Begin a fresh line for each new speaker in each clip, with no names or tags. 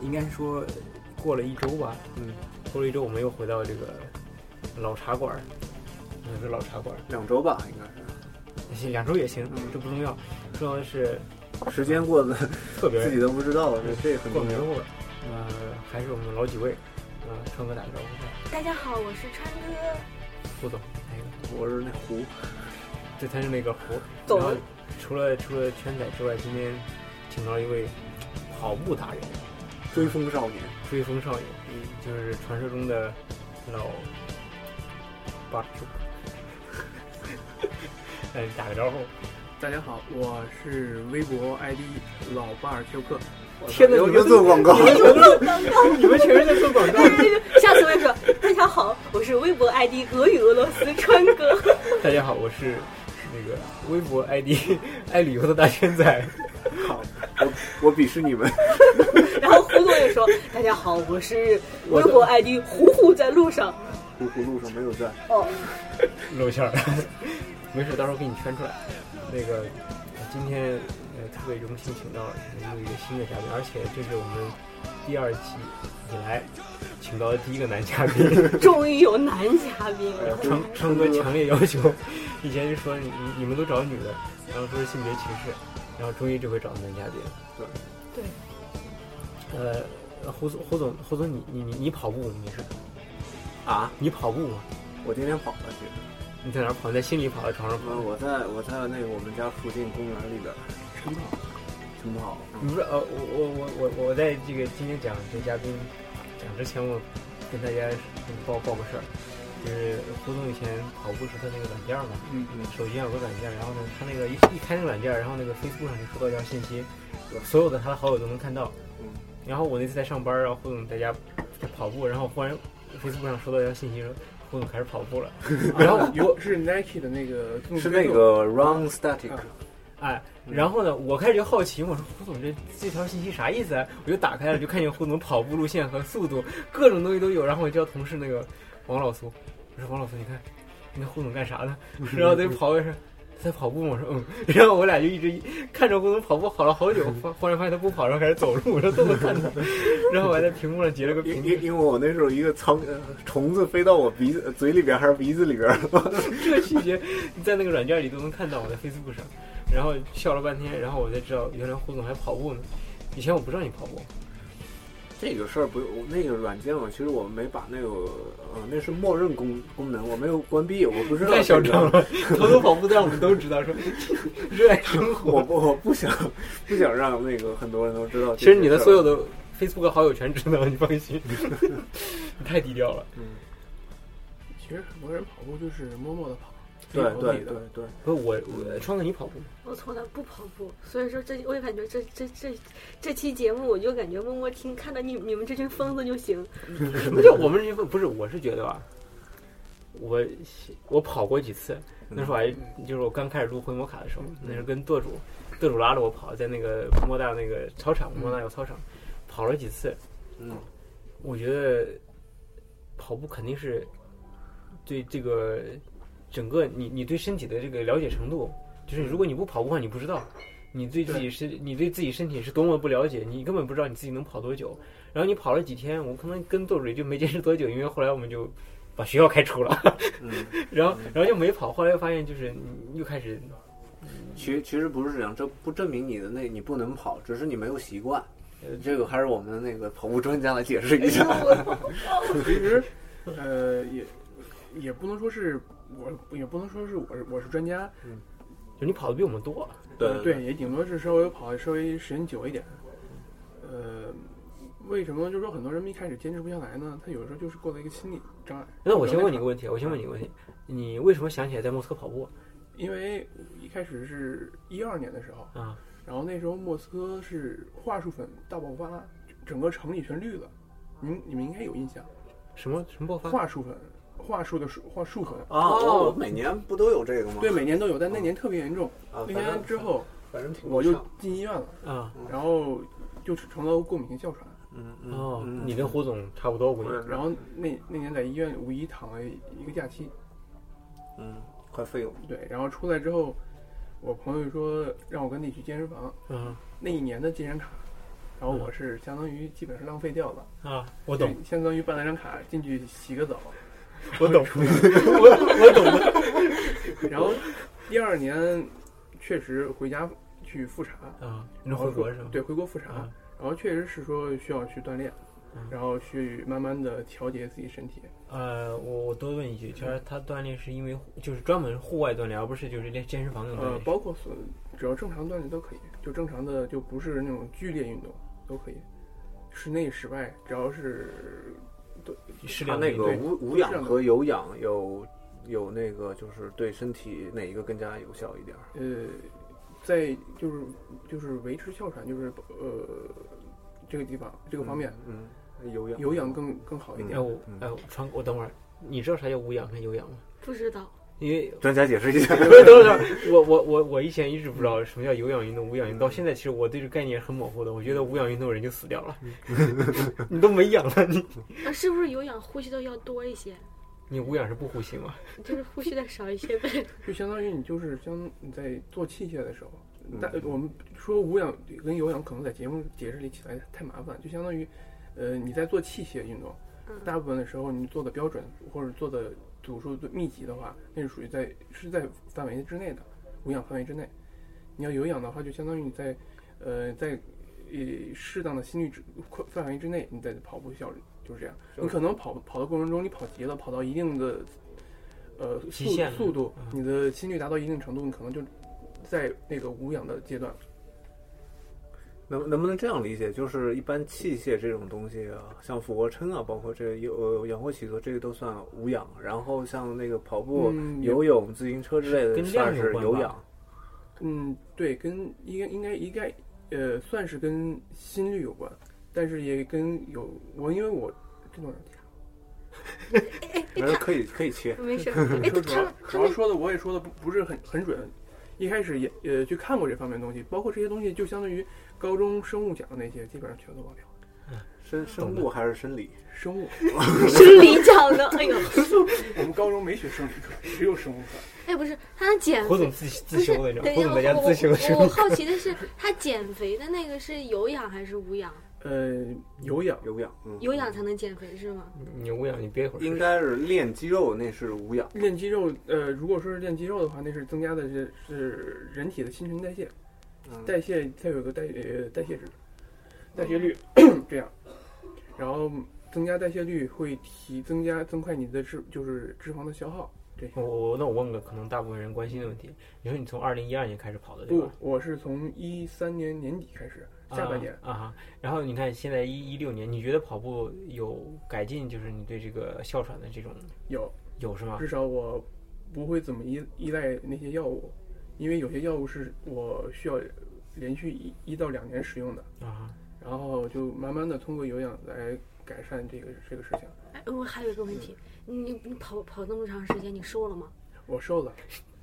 应该是说过了一周吧，
嗯，
过了一周我们又回到这个老茶馆儿，嗯，是老茶馆
两周吧，应该
儿，两周也行
嗯，
这不重要，重要的是
是时间过得
特别
自己都不知道了，这这很
过
重
迷
要。
糊了，呃，还是我们老几位，呃，川哥打个招呼，
大家好，我是川哥。
胡总，那个，
我是那胡，
对，他是那个胡，
总
然后除了除了圈仔之外，今天请到了一位跑步达人，
追风少年，
追风少爷，
嗯，
就是传说中的老八叔。哎，打个招呼。
大家好，我是微博 ID 老巴尔 Q 克，
天哪
又
你们
又做广告，
你们全是在做广告，
下次我也说，大家好，我是微博 ID 俄语俄罗斯川哥。
大家好，我是那个微博 ID 爱旅游的大圈仔。
好， 我我鄙视你们，
然后胡总也说，大家好，我是微博 ID 虎虎在路上。
胡胡路上没有在，
哦，
露馅儿， 没事，到时候给你圈出来。那个，呃今天呃特别荣幸请到我们一个新的嘉宾，而且这是我们第二期以来请到的第一个男嘉 宾。
终于有男嘉宾了。
川川哥强烈要求，以前就说你你你们都找女的，然后说是性别歧视，然后终于这回找到男嘉宾。
对
对，
呃，胡总胡总胡总，你你你你跑步吗？你是
啊，
你跑步吗？
我今天跑了，其实，
你在哪儿跑？你在心里跑，在床上跑？
嗯，我在我在那个我们家附近公园里边
晨跑，
晨跑，嗯
你不是呃，我我我我我在这个今天讲这嘉宾讲之前，我跟大家报报个事儿，就是胡总以前跑步是他那个软件儿嘛，
嗯
嗯
手机上有个软件儿，然后呢，他那个一一开那个软件儿，然后那个 Facebook 上就收到一条信息，所有的他的好友都能看到。
嗯
然后我那次在上班儿，然后胡总在家在跑步，然后忽然 Facebook 上收到一条信息说胡总开始跑步了，然后
啊有是 Nike 的那个动作
是
运
那
动
个 Run Static，
啊
哎，然后呢，我开始就好奇，我说胡总这这条信息啥意思啊？我就打开了，就看见胡总跑步路线和速度，各种东西都有。然后我叫同事那个王老苏，我说王老苏，你看，你看胡总干啥呢？然后他就跑过去说。在跑步吗？我说嗯， 然后我俩就一直看着胡总跑步，跑了好久，忽忽然发现他不跑，然后开始走路，我说这么看他，然后我还在屏幕上截了个
因
屏，
因因为我那时候一个苍呃虫子飞到我鼻子嘴里边还是鼻子里边了，
这个细节你在那个软件里都能看到，我在 Facebook 上，然后笑了半天，然后我才知道原来胡总还跑步呢。以前我不知道你跑步，
这个事儿不用我那个软件嘛，其实我没把那个呃那是默认功功能，我没有关闭，我不知道
太
这
嚣
个
张了，偷偷跑步都让我们都知道，说 热爱生活。
我不我不想不想让那个很多人都知道这个事儿。
其实你的所有的 Facebook 好友全知道，你放 心，你太低调了。
嗯，
其实很多人跑步就是默默的跑，
对
自己跑
对
自己
对
的
对，
不是我，我川哥你跑步吗？
我从来不跑步，所以说这我也感觉这这这这期节目，我就感觉默默听，看到你你们这群疯子就行。
什么叫我们这份？不是，我是觉得吧，我我跑过几次，那时候我还就是我刚开始录回魔卡的时候，那是跟舵主，舵主拉着我跑，在那个莫大那个操场，莫大有操场，跑了几次，
嗯，
我觉得跑步肯定是对这个整个你你对身体的这个了解程度，就是如果你不跑步的话，你不知道你对自己是你对自己身体是多么不了解，你根本不知道你自己能跑多久。然后你跑了几天，我可能跟豆水就没坚 持多久，因为后来我们就把学校开除了， 然后然后就没跑。后来又发现就是你又开始
其实其实不是这样，这不证明你的那你不能跑，只是你没有习惯。呃，这个还是我们的那个跑步专家来解释一下。
其实呃也也不能说是我，也不能说是我是我是专家，
就你跑的比我们多，
呃对，也顶多是稍微跑得稍微时间久一点，呃。为什么就是说很多人一开始坚持不下来呢？他有时候就是过了一个心理障碍。
那我先问你个问题，我先问你个问题，你为什么想起来在莫斯科跑步
因为一开始是一二年的时候，
啊？
然后那时候莫斯科是桦树粉大爆发，整个城里全绿了。你们你们应该有印象，
什么什么爆发？
桦树粉，桦树的树，桦树粉。
啊，我我每年不都有这个吗？
对，每年都有，但那年特别严重。
啊，反
那年
正
之后，
反正挺
我就进医院了，
啊
然后就成了过敏性哮喘。
嗯嗯
哦，
嗯
你跟胡总差不多，我估计。
嗯
然后那那年在医院五一躺了一个假期，
嗯快废了。
对，然后出来之后，我朋友说让我跟你去健身房，
嗯，
那一年的健身卡然后我是相当于基本上浪费掉了，
啊，嗯我懂，
就相当于办了张卡进去洗个澡，
我 懂，我我懂的。
然后第二年确实回家去复查，
啊，你回国是吧？
对，回国复查，
啊
然后确实是说需要去锻炼，
嗯
然后去慢慢的调节自己身体。
呃，我我多问一句，就是他锻炼是因为就是专门户外锻炼，而不是就是练健身房那种锻
呃，
炼。
包括所只要正常锻炼都可以，就正常的就不是那种剧烈运动都可以，室内室外只要是
适
它
量的
那
运
个
动
对
无无氧和有氧有有那个就是对身体哪一个更加有效一点儿？
呃，在就是就是维持哮喘就是呃这个地方这
这
个方面，，
嗯，有氧
有氧更更好一
哎
点。
我
嗯
哎我川哥，我等会儿，你知道啥叫无氧和有氧吗？
不知道，
因为
专家解释一下。
等会儿，我我我我以前一直不知
嗯
道什么叫有氧运动、无氧运动，到现在其实我对这概念很模糊的。我觉
嗯
得无氧运动人就死掉了， 你都没氧了，你
啊，是不是有氧呼吸的要多一 些，
你无氧是不呼吸吗？
就是呼吸的少一些呗？
就相当于你就是相你在做器械的时候，
嗯
但我们说无氧跟有氧可能在节目解释里起来太麻烦，就相当于，呃，你在做器械运动，
嗯，
大部分的时候你做的标准或者做的组数密集的话，那是属于在是在范围之内的无氧范围之内。你要有氧的话，就相当于你在，呃，在呃适当的心率之快范围之内，你在跑步效率就是这样。
就是
你可能跑跑的过程中，你跑急了，跑到一定的呃
极
速
限了
速度
嗯，
你的心率达到一定程度，你可能就在那个无氧的阶段。
能能不能这样理解？就是一般器械这种东西啊，像俯卧撑啊，包括这个有呃仰卧起坐，这个都算无氧。然后像那个跑步、
嗯
游泳、自行车之类的，
跟量
算
有
是
关吧
有氧。
嗯，对，跟应该应该应该呃，算是跟心率有关，但是也跟有我因为我这种人，
没事，可以可以切。
没事儿。哎，
说实
他
话
们，他
主要
们
说的我也说的不不是很很准。一开始也呃去看过这方面的东西，包括这些东西，就相当于高中生物讲的那些，基本上全都忘掉了。
生生物还是生理？
生物，
生理讲的，哎呦，
我们高中没学生理课，只有生物课。
哎，不是，他减
胡
肥
总自己
不
自
是
修的，你知道吗？
等
胡总在
一下，
家
我
自修的时
我我
候，
好奇的是，他减肥的那个是有氧还是无氧？
呃，有氧，
有氧，嗯，
有氧才能减肥是吗？
你无氧你憋一会儿试试。
应该是练肌肉，那是无氧。
练肌肉，呃，如果说是练肌肉的话，那是增加的是是人体的新陈代谢，
嗯
代谢它有个代呃代谢值，代谢率这样，然后增加代谢率会提增加增快你的脂就是脂肪的消耗。
我我那我问个可能大部分人关心的问题，你说你从二零一二年开始跑的对
不
吧？，
我是从一三年年底开始，下半年、
啊啊哈，然后你看现在一一六年，你觉得跑步有改进，就是你对这个哮喘的这种
有，
有是吗？
至少我不会怎么依依赖那些药物，因为有些药物是我需要连续一一到两年使用的，
啊哈，
然后就慢慢的通过有氧来改善这个这个事情。
哎，我还有一个问题，你你跑跑那么长时间，你瘦了吗？
我瘦了，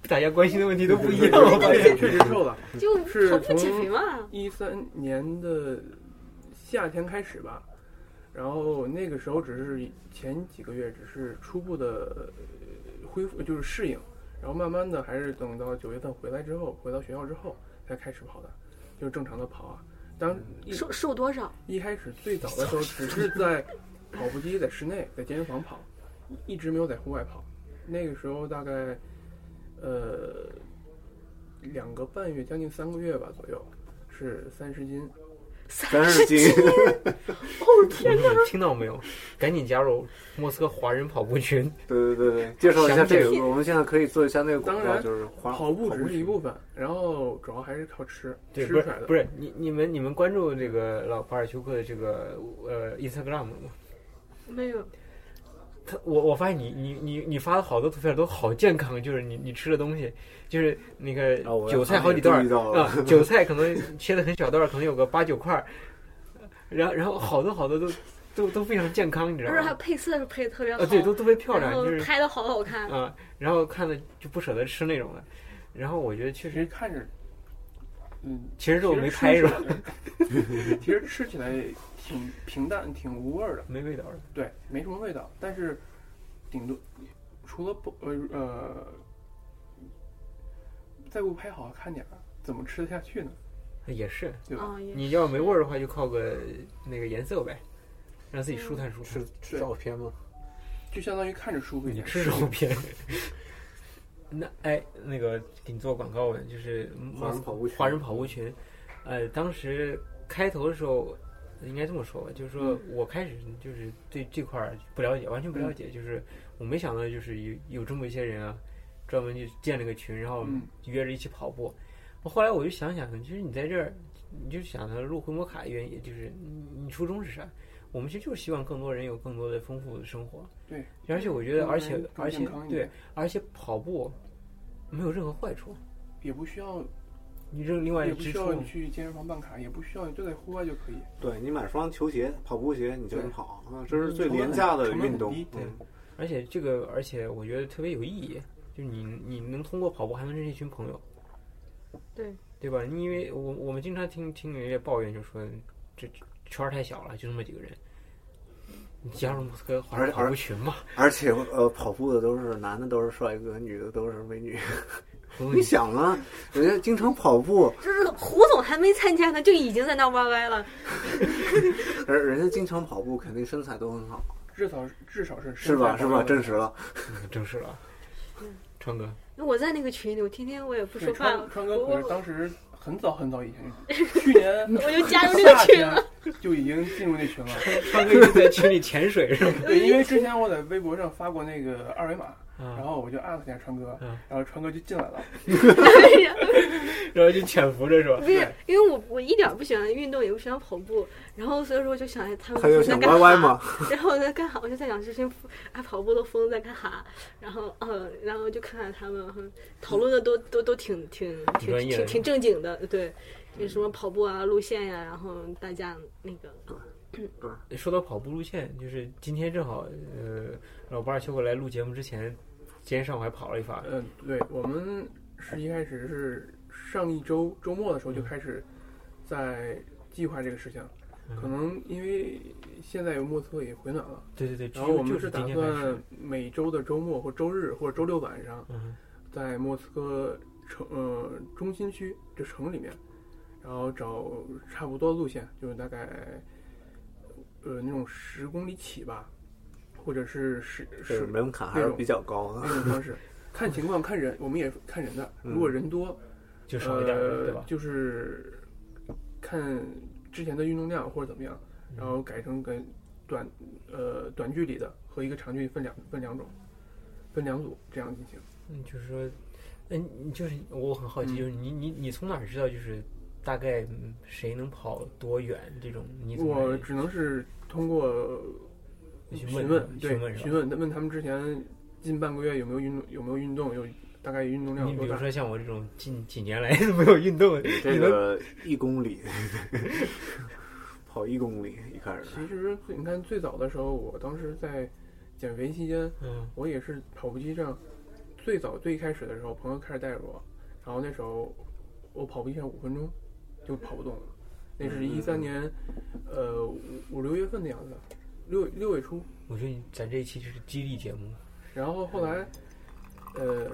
大家关心的问题都不一样。
确实确实瘦了。
就是跑步
从
减肥嘛。
一三年的夏天开始吧，然后那个时候只是前几个月只是初步的恢复，就是适应，然后慢慢的还是等到九月份回来之后，回到学校之后才开始跑的，就是正常的跑啊。当一
瘦瘦多少？
一开始最早的 时候，只是在跑步机在室内在健身房跑，一直没有在户外跑。那个时候大概呃两个半月，将近三个月吧左右，是三十斤。
三十 斤，
听到没有？赶紧加入莫斯科华人跑步群。
对对对对，介绍一下
想
这
起
个，我们现在可以做一下那个广
当
告，
然
就是花
跑步只是一
裙
部分，然后主要还是靠吃，
对，
吃
不
出
是
来的。
不是，你你们你们关注这个老巴尔丘克的这个呃 Instagram 了吗？
没 有，
他我我发现你你你你发的好多图片都好健康，就是你你吃的东西，就是那个
啊我
韭菜
还
好
没
几段
注意
儿
到了
啊、韭菜可能切的很小段儿，可能有个八九块儿，然后然后好多好多都都都非常健康，你知
不
道
是还
吗？
配色是配的特别好，
啊，对，都特别漂亮，
然后
就是
拍的好好看。
啊，然后看了就不舍得吃那种的。然后我觉得确
其实
实，
看着，嗯，
其实
其
我
实
没
吃
拍
起
是吧？
来 其实吃起来挺平淡，挺无味儿的。
没味道了。
对，没什么味道，但是顶多除了不呃呃，再不拍好看点儿，怎么吃得下去呢？
也是，
对吧？
嗯，也
你要没味儿的话，就靠个那个颜色呗，让自己舒坦舒坦。
是是照片吗？
就相当于看着舒服一
你
点。
吃肉片。 那哎，那个给你做广告文，就是
华人跑步群
华人跑步群。呃，当时开头的时候，应该这么说吧，就是
嗯
说我开始就是对这块儿不了解，完全不了解，就是我没想到就是有有这么一些人啊，专门就建了个群，然后
嗯
约着一起跑步。我后来我就想想，其实你在这儿，你就想着录回摩卡的原因，就是你你初衷是啥？我们其实就是希望更多人有更多的丰富的生活。
对，
而且我觉得，
嗯
而且
更
而且
健康一
对
点，
而且跑步没有任何坏处。
也不需要，
你这另外
也
一
不
支
需要
出
你，去健身房办卡，也不需要，你就在户外就可以。
对你买双球鞋、跑步鞋，你就能
对
跑啊，这是最廉价的
嗯成本
运
很
动
低。对
嗯
而且这个，而且我觉得特别有意义，就是你你能通过跑步还能认识一群朋友，
对
对吧？你因为我我们经常听听人家抱怨，就说这圈儿太小了，就那么几个人。你加入莫斯科华人
而
跑步群吧，
而且呃，跑步的都是男的都是帅哥，女的都是美女。
朋友
你想啊，人家经常跑步，
就是胡总还没参加呢，就已经在那歪歪了。
人人家经常跑步，肯定身材都很好，
至少至少是
是吧？是吧？证实了，
嗯正式了啊，川哥，
我在那个群里，我天天我也不说
对，
话，
川川哥可是
我
当时很早很早以 前，去年
我就加入这个群了。
了，就已经进入那群了。
川哥一直在群里潜水是 吧？
对，因为之前我在微博上发过那个二维码，然
啊，
后我就艾特一下川哥，
嗯
然后川哥就进来了。
然后就潜伏着是吧
不？是，因为我我一点儿不喜欢运动，也不喜欢跑步，然后所以说我就想哎他们
他就
在
想
干
歪歪
啥
嘛。
然后我在干哈？我就在想这些爱哎跑步的疯子在干哈？然后嗯，然后就看看他们嗯讨论的都都都挺挺
挺专
挺
业的嗯
挺挺正经的，对，就什么跑步啊、路线呀、然后大家那个
说到跑步路线，就是今天正好，呃，老伴儿秋过来录节目之前，今天上午还跑了一发，
嗯，对，我们是一开始是上一周周末的时候就开始在计划这个事情，可能因为现在莫斯科也回暖了，
对对对，只
然后我
有
们
就是是
打
今天开始
算，每周的周末或周日或者周六晚上，
嗯，
在莫斯科城呃中心区这城里面，然后找差不多的路线，就是大概呃那种十公里起吧，或者是十
是
十
门槛还是比较高的。
那种方式，看情况看人，我们也看人的，如果人多，
就少一点儿，
呃
对吧？
就是看之前的运动量或者怎么样，然后改成跟短呃短距离的和一个长距离分两分两种，分两组这样进行。
嗯，就是说，嗯，你就是我很好奇，
嗯
就是你你你从哪儿知道就是大概嗯谁能跑多远这种？你怎么
我只能是通过
询
询
问
对
询问是
询
吧？
问问他们之前近半个月有没有运动有没有运动有大概运动量
你
有
比
多
如
大。
说像我这种近几年来没有运动，
这
你能
个一公里，跑一公里一开始，
其实最你看最早的时候，我当时在减肥期间，
嗯
我也是跑步机上最早最开始的时候，朋友开始带着我，然后那时候我跑步机上五分钟就跑不动了，那
嗯
是一三年，呃五五六月份的样子，六六月初，
我觉得你咱这一期就是激励节目，
然后后来，呃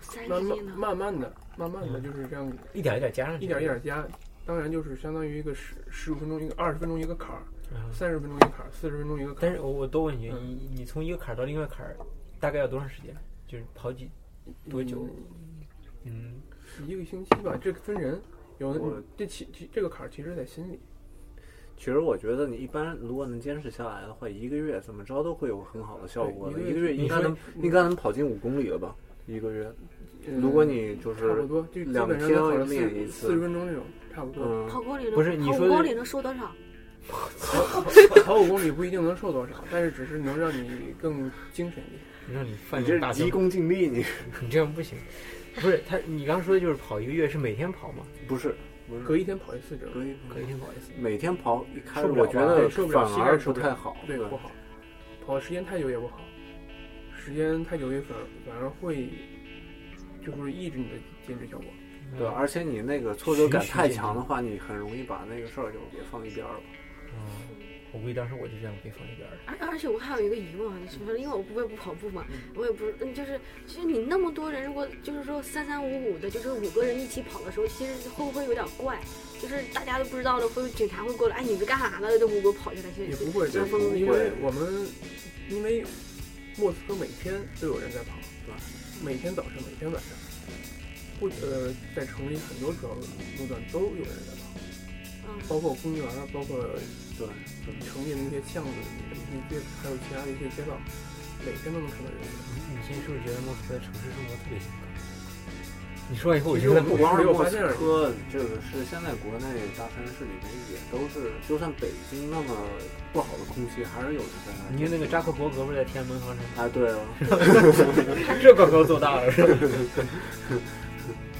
三
慢
亿呢，
慢慢慢的慢慢
嗯
的就是这样
一点一点加上去，
一点一点加，当然就是相当于一个十十五分钟一个二十分钟一个坎儿，
嗯。
三十分钟一个坎儿，四十分钟一个坎
但
儿，
是我我多问一句，
嗯
你你从一个坎儿到另外坎儿，大概要多长时间？就是跑几多久？嗯，
一个星期吧，这个分人。有的
我
这其其这个坎儿其实在心里，
其实我觉得你一般如果能坚持下来的话，一个月怎么着都会有很好的效果的。
对
一个月应该能应该能跑进五公里了吧？一个月，
嗯
如果你就
差不
是
多，就基
两
本上
天
跑了
练一
四
次
四十分钟这种，差不多。
嗯，
跑公里能
不是你
跑
说的
五公里能瘦多少？
跑五公里不一定能瘦多少，但是只是能让你更精神一点。
嗯让你犯
你
点
这是
大
急
功，
功近利，你
你这样不行。不是他，你刚说的就是跑一个月是每天跑吗？
不 是不是
隔一天跑一次这种，
可以
可以先跑一次。
每天跑一开始
受不了
我
吧
觉得
对受不了
反而
膝盖受不了
太好，
对不好，跑的时间太久也不好，时间太久也反反而会就是抑制你的减脂效果。
对，
啊
而且你那个挫折感太强的话，你很容易把那个事儿就给放一边儿了。
嗯，我估计当时我就这样被放一边儿了。
而而且我还有一个疑问啊，就是说因为我不会不跑步嘛，我也不是，嗯，就是其实你那么多人，如果就是说三三五五的，就是五个人一起跑的时候，其实会不会有点怪？就是大家都不知道的，会警察会过来，哎，你们干啥呢？这五个跑起来，现
也
在
不会，
这
这
风格
因为我们因为莫斯科每天都有人在跑，对吧？每天早上，每天晚上，不呃，在城里很多主要路段都有人在跑，
嗯，
包括公园啊，包括
对，
城里的那些巷子，你这还有其他的一些街道，每天都能看到人。
你现在是不是觉得莫斯科城市生活特别辛苦？你说完以后，我觉
其实
得
我
不
我
光是
我
莫
发
斯
现而已
科，这个是现在国内大城市里面也都是，就算北京那么不好的空气，还是有的在那里。
你看那个扎克伯格不是在天安门 广场
啊，对啊，
这广告做大了 是吧？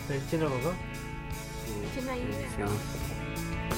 对，进这广告。
嗯，
现在音乐。
行。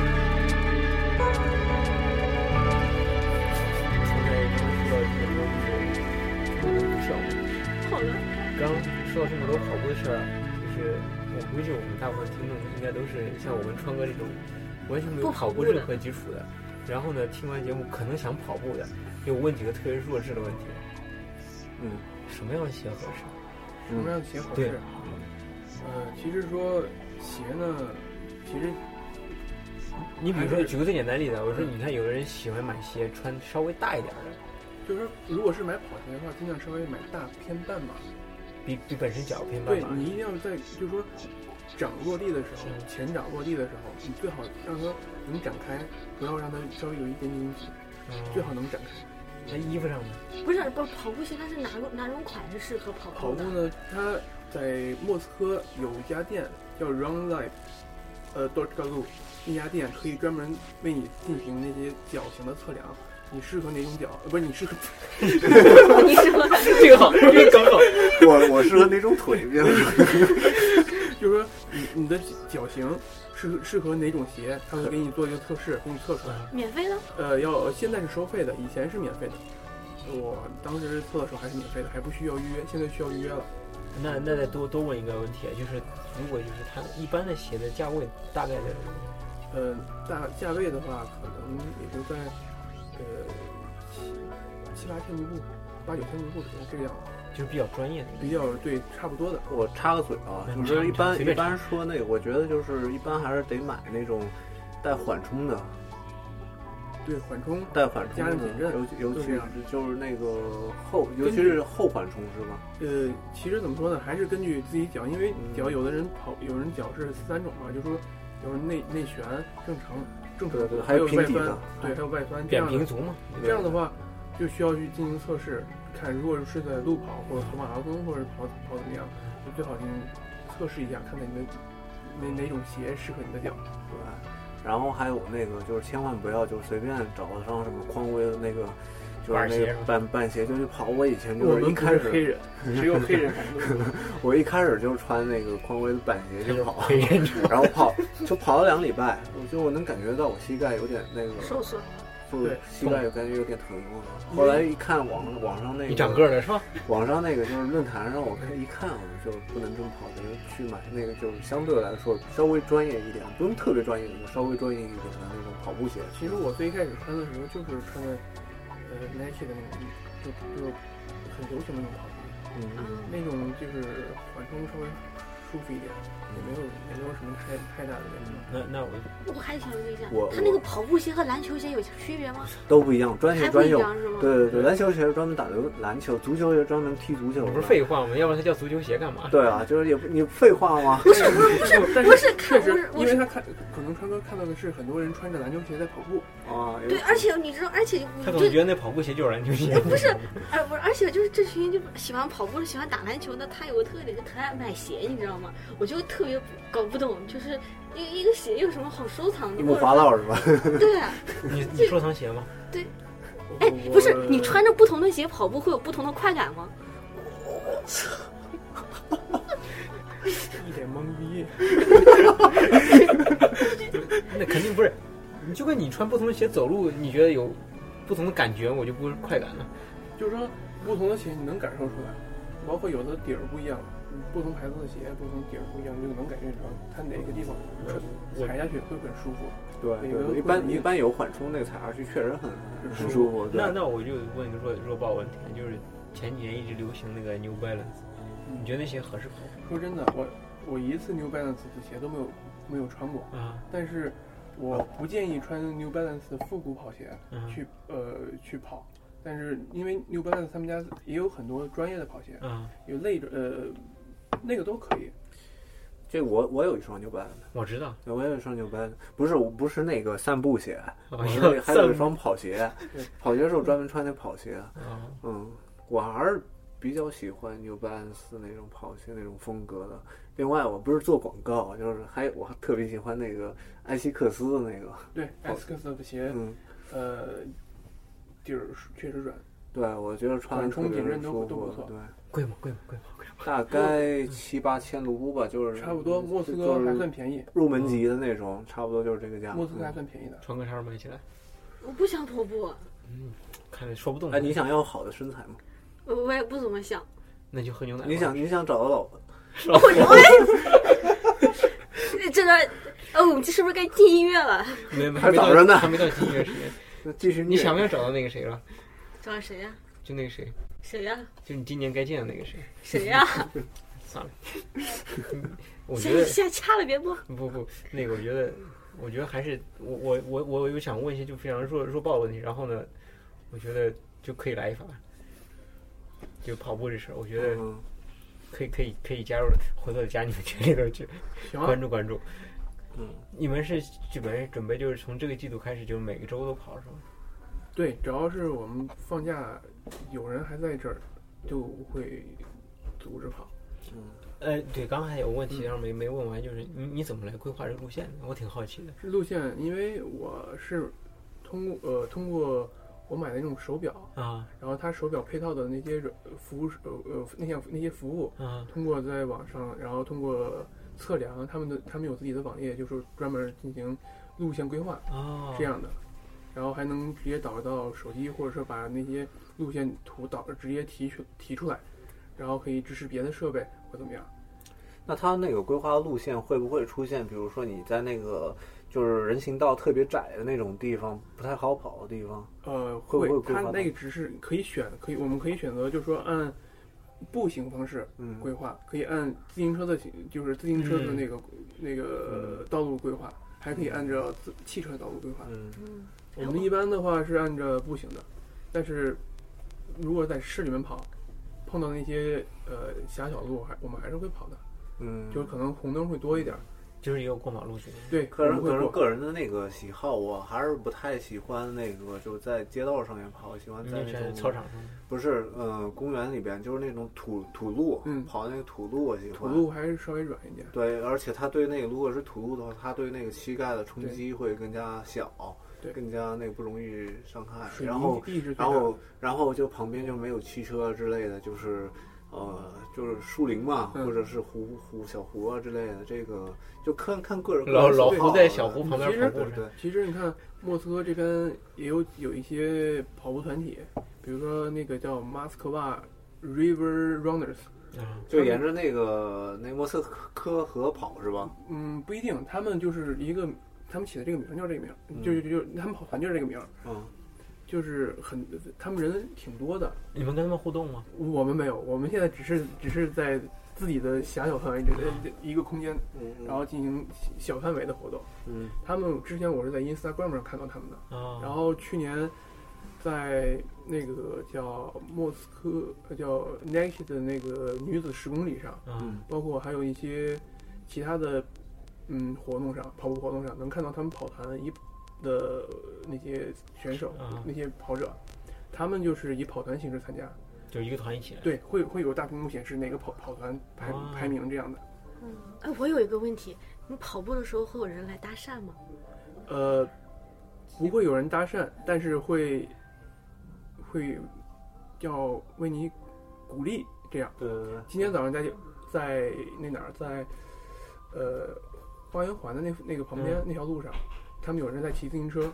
刚才刚说到这个，就是跑步的事儿。
好了，
刚说到这么多跑步的事儿啊，就是我估计我们大部分听众应该都是像我们川哥这种完全没有
不跑
跑
步
过
的
任何基础的，然后呢，听完节目可能想跑步的，给我问几个特别弱智的问题，
嗯，
什么样的鞋合适？
什么样的鞋合
嗯对
适？呃，其实说鞋呢，其实
你比如
还
说，
是
举个最简单的例子啊，我说你看有的人喜欢买鞋穿稍微大一点儿的，
就是说，如果是买跑鞋的话，尽量稍微买大偏半码。
比比本身脚偏半
对
码。
你一定要在就是说掌落地的时候，
嗯
前掌落地的时候，你最好让它能展开，不要让它稍微有一点点挤，
嗯
最好能展开。
那衣服上呢？
不是不是跑步鞋，它是哪个哪种款式适合跑
跑
步
步
的？
呢，它在莫斯科有一家店叫 Run Life，呃 d o g e Galoo 那家店可以专门为你进行那些脚型的测量，你适合哪种脚？呃，不是你适合
你是吗？
这个好，这 个梗好。
我我适合哪种腿？别的
就是说你你的脚型适适合哪种鞋，他会给你做一个测试，给你测出来。
免费的？
呃，要现在是收费的，以前是免费的。我当时测的时候还是免费的，还不需要预约，现在需要预约了。
那那再多多问一个问题，就是如果就是它一般的鞋的价位大概在什么？
呃，价价位的话，可能也就在呃七七八千一步，八九千一步左右这个样子，
就是比较专业的。
比较对差不多的。
我插个嘴啊，
嗯
就是一
插
般
随
一
便插
般说那个，我觉得就是一般还是得买那种带缓冲的，
对，缓冲
带缓冲
加上减
的
震，
尤尤
就
其
这样
是就是那个后，尤
根
其
据
是后缓冲是吗？
呃，其实怎么说呢，还是根据自己脚，因为
嗯
脚有的人跑，有人脚是三种嘛，就说有人内内旋正常正常
对对
还有
还有
外
平底
翻
的，嗯
对，还有外翻这
扁
样
平
的
足嘛，
这样的话就需要去进行测试，看如果是在路跑或者跑马拉松或者跑跑怎么样，就最好进行测试一下，看看你的哪哪种鞋适合你的脚。
对。然后还有那个就是千万不要就随便找上什么匡威的那个，就是
板
那
鞋
个
是吧
半半鞋就去跑。我以前
我
就是嗯
们
一
不
开
是
始
黑人，只有黑人才能做。
我一开始就穿那个匡威的板鞋
这
去
就
跑，
黑人主。
然后跑就跑了两个礼拜，我就能感觉到我膝盖有点那个，
受损了。
就
对
膝盖有感觉有点疼。后来一看网网上那个，
嗯你长个儿了是吧？
网上那个就是论坛上，我看一看，我就不能这么跑，我就去买那个就是相对来说稍微专业一点，不用特别专业，就稍微专业一点的那种跑步鞋。
其实我最一开始穿的时候就是穿的呃 Nike 的那种，就就很流行的那种跑鞋，
嗯，
嗯，
那种就是缓冲稍微舒服一点，也没有
嗯
也没有什么太太大的那种。
那那我
我还想问一下
我，
他那
我
个跑步鞋和篮球鞋有区别吗？
都不一样，专业
还不
专
一
用。
样是吗？
对对对，篮球鞋是专门打篮篮球，足球鞋专门踢足球。
你不是废话吗？要不然它叫足球鞋干嘛？
对啊，就是也不你废话 吗？
不是不是不是
不是看
确
不
实
是，我
因为
是
他看可能川哥看到的是很多人穿着篮球鞋在跑步，
啊，有
对，而且你知道，而且
他可
我就
能觉得那跑步鞋就是篮球鞋。
不是，而不是，而且就是这群就喜欢跑步、喜欢打篮球的，他有个特点，就特爱买鞋，你知道吗？我就特别搞不懂，就是一个一个鞋有什么好收藏的？
木筏道是吧？
或者对 啊，
你你收藏鞋吗？
哎，
我
不是，你穿着不同的鞋跑步会有不同的快感吗？
一脸懵逼，
那肯定不是。你就跟你穿不同的鞋走路，你觉得有不同的感觉，我就不是快感了。
就是说不同的鞋你能感受出来，包括有的底儿不一样，不同牌子的鞋不同底儿不一样，你就能感觉到它哪个地方
我
踩下去会很舒服。
对
有
对，
的
一般
会
一般有缓冲那个踩上去确实很很舒服。对
那那我就问一个弱弱爆问题，就是前几年一直流行那个 New Balance，你觉得那鞋合适跑
说真的，我我一次 New Balance 的鞋都没有没有穿过，
步啊？
但是我不建议穿 New Balance 的复古跑鞋
嗯
去呃去跑。但是因为 New Balance 他们家也有很多专业的跑鞋，
啊，
有类呃那个都可以。
这我我有一双牛掰的，
我知道，
我有一双牛掰的，不是我不是那个散步鞋，
我
我是还有一
双
双跑鞋
对，
跑鞋是我专门穿的跑鞋。
啊，
嗯，我还是比较喜欢 New Balance 那种跑鞋那种风格的。另外，我不是做广告，就是还我还特别喜欢那个艾希克斯的那个，
对 s k s 的鞋，
嗯，
呃底儿确实软，
对我觉得穿
缓
的特
冲
别
减震都
舒
都不
服
错，
对，
贵吗？贵吗？贵吗？贵吗？
大概七八千卢布吧，就是嗯
差不多。莫斯科
就是
还算便宜，
入门级的那种，差不多就是这个价。
莫斯科还
嗯
算便宜的。
穿个衫买起来，
我不想跑步，
嗯，看着说不动。
哎，你想要好的身材吗？
我我也不怎么想。
那就喝牛奶吧。
你想你想找到老婆？
这段，哦，我们这是不是该进音乐了？
没没
还
没到
早着呢
还没到进月时间。
那继续
你想没
要？
有找到那个谁了？
找谁呀、
就那个谁，
谁呀、
就你今年该见的那个谁。
谁呀、
算了，嗯 我觉
现
得
现在掐了别播。
不不，那个我觉得，我觉得还是我我我我有想问一些就非常弱弱爆的问题，然后呢，我觉得就可以来一发，就跑步这事儿，我觉得
嗯，
可以可以可以加入，回头加你们群里头去
行啊
关，注关注。
嗯，
你们是准备准备就是从这个季度开始，就是每个周都跑是吗？
对，只要是我们放假，有人还在这儿，就会组织跑。
嗯
呃，对，刚才有个问题，然后没没问完，就是你你怎么来规划这个路线的？我挺好奇的。
路线，因为我是通过呃通过我买的那种手表，
啊
然后它手表配套的那些软服务呃呃那些那些服务，
啊
通过在网上，然后通过测量他们的他们有自己的网页，就是专门进行路线规划
哦，
这样的，然后还能直接导到手机，或者说把那些路线图导直接提出提出来，然后可以支持别的设备或怎么样。
那它那个规划路线会不会出现，比如说你在那个就是人行道特别窄的那种地方，不太好跑的地方？
呃，
会不会规划
它
到
那个只是可以选，可以我们可以选择，就是说按步行方式
嗯，
规划，可以按自行车的行，就是自行车的那个、那个道路规划，还可以按照自汽车道路规划。
嗯，
嗯，
我们一般的话是按照步行的，但是如果在市里面跑，碰到那些呃狭小路，还我们还是会跑的，
嗯，
就是可能红灯会多一点儿。
就是也有过马路去。
对，
个人
我们
个
会
人
过。
个人的那个喜好，我还是不太喜欢那个就在街道上面跑，喜欢
你
在
就
那
在
种
操场上，
不是呃公园里边，就是那种土土路，
嗯
跑那个土路我喜欢。
土路还是稍微软一点。
对，而且它对那个如果是土路的话，它对那个膝盖的冲击会更加小，
对
更加那个不容易伤害。
水
然
泥
后
地
然
是最大的
后，然后就旁边就没有汽车之类的，就是，呃，就是树林嘛，
嗯
或者是湖湖小湖啊之类的。这个就看看个人。
老
个人
老
喜
胡
好
在
了
小湖旁
其
边
实
跑
对
步
对
是吧
对，
其实你看，莫斯科这边也有有一些跑步团体，比如说那个叫 m o s k v a River Runners，
啊，
就沿着那个那莫斯科河跑是吧？
嗯，不一定，他们就是一个，他们起的这个名儿叫这个名儿，就就就他们跑团就是这个名儿，
嗯，
就是很，他们人挺多的。
你们跟他们互动吗？
我们没有，我们现在只是只是在自己的狭小范围之内一个空间，
嗯
然后进行小范围的活动。
嗯
他们之前我是在 Instagram 上看到他们的，
啊，
然后去年在那个叫莫斯科呃叫 Nike 的那个女子十公里上，
啊
包括还有一些其他的嗯活动上，跑步活动上能看到他们跑团一的那些选手、
啊
那些跑者，他们就是以跑团形式参加，
就一个团一起来。
对，会会有大屏幕显示哪个跑跑团排、
啊
排名这样的。
哎，我有一个问题，你跑步的时候会有人来搭讪吗？
呃，不会有人搭讪，但是会会要为你鼓励。这样，
对对 对，
今天早上在在那哪儿，在呃花园环的那那个旁边、
嗯
那条路上，他们有人在骑自行车，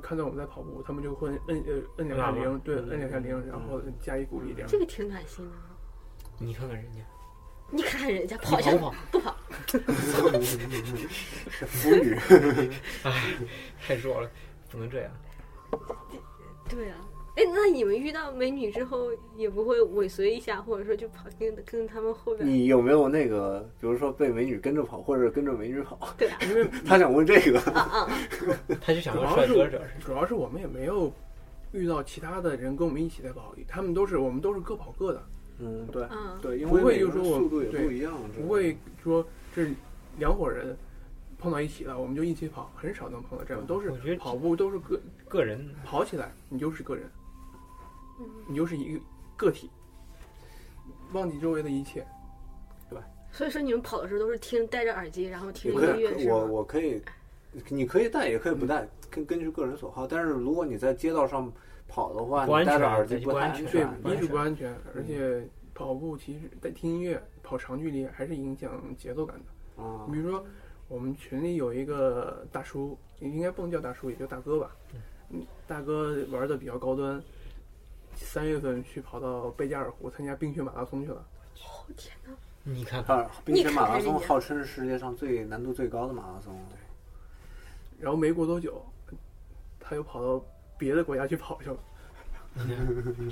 看到我们在跑步，他们就会摁呃摁两下
喇叭
铃，对，
嗯
摁两下铃，然后加以鼓励这样。
这个挺暖心的啊。
你看看人家，
你看人家跑
你
下
跑
来
不跑？
不跑，
腐女。
太弱了，不能这样。
对啊。哎，那你们遇到美女之后，也不会尾随一下，或者说就跑跟跟他们后边？
你有没有那个，比如说被美女跟着跑，或者跟着美女跑？
对啊，
因为
他想问这个。
啊啊，
他就想
主
要
要
帅
是
哥，主要是
主要是我们也没有遇到其他的人跟我们一起在跑，他们都是我们都是各跑各的，
嗯，对
嗯
对，因
不
为
会
每
就
个
说
人
我
速度也
对
不一样，
不会说这两伙人碰到一起了，我们就一起跑，很少能碰到这样，都
我觉
是
得
跑步都是个
个人
跑起来，你就是个人，
嗯，
你就是一个个体，忘记周围的一切。
所以说你们跑的时候都是听戴着耳机，然后听
你
着
可
音
以
乐，是
我
吗？嗯
我可以，你可以戴，也可以不戴，根根据个人所好。但是如果你在街道上跑的话，
不安
啊
你戴着
全
耳机
不
太
安
安
全
对
是啊，
一
完
是
全
不安全，而且
嗯
跑步其实在听音乐跑长距离还是影响节奏感的。
啊
嗯
比如说，我们群里有一个大叔，应该不能叫大叔，也就大哥吧。嗯，大哥玩的比较高端，三月份去跑到贝加尔湖参加冰雪马拉松去了。
哦天哪！
你看看，
啊，并且马拉
你看看人
松
家
号称是世界上最难度最高的马拉松。
然后没过多久，他又跑到别的国家去跑去了。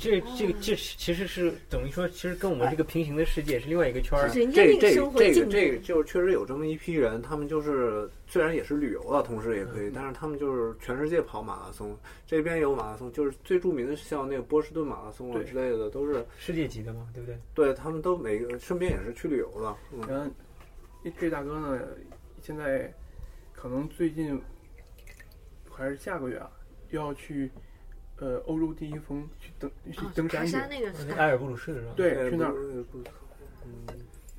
这这这其实是等于说，其实跟我们这个平行的世界是另外一个圈儿
是。人家
这
那
这
生活
这
境
个
界，
这个就是确实有这么一批人，他们就是虽然也是旅游了，同时也可以，但是他们就是全世界跑马拉松，这边有马拉松，就是最著名的像那个波士顿马拉松啊
对
之类的，都是
世界级的嘛，对不对？
对他们都每个顺便也是去旅游了。嗯，
然后哎这大哥呢，现在可能最近还是下个月啊，又要去呃欧洲第一峰去登去
哦
啊登
爬
山去。
哎
山那个是
那
大
呃
埃尔布鲁士是吧？
对，去那儿
不不
他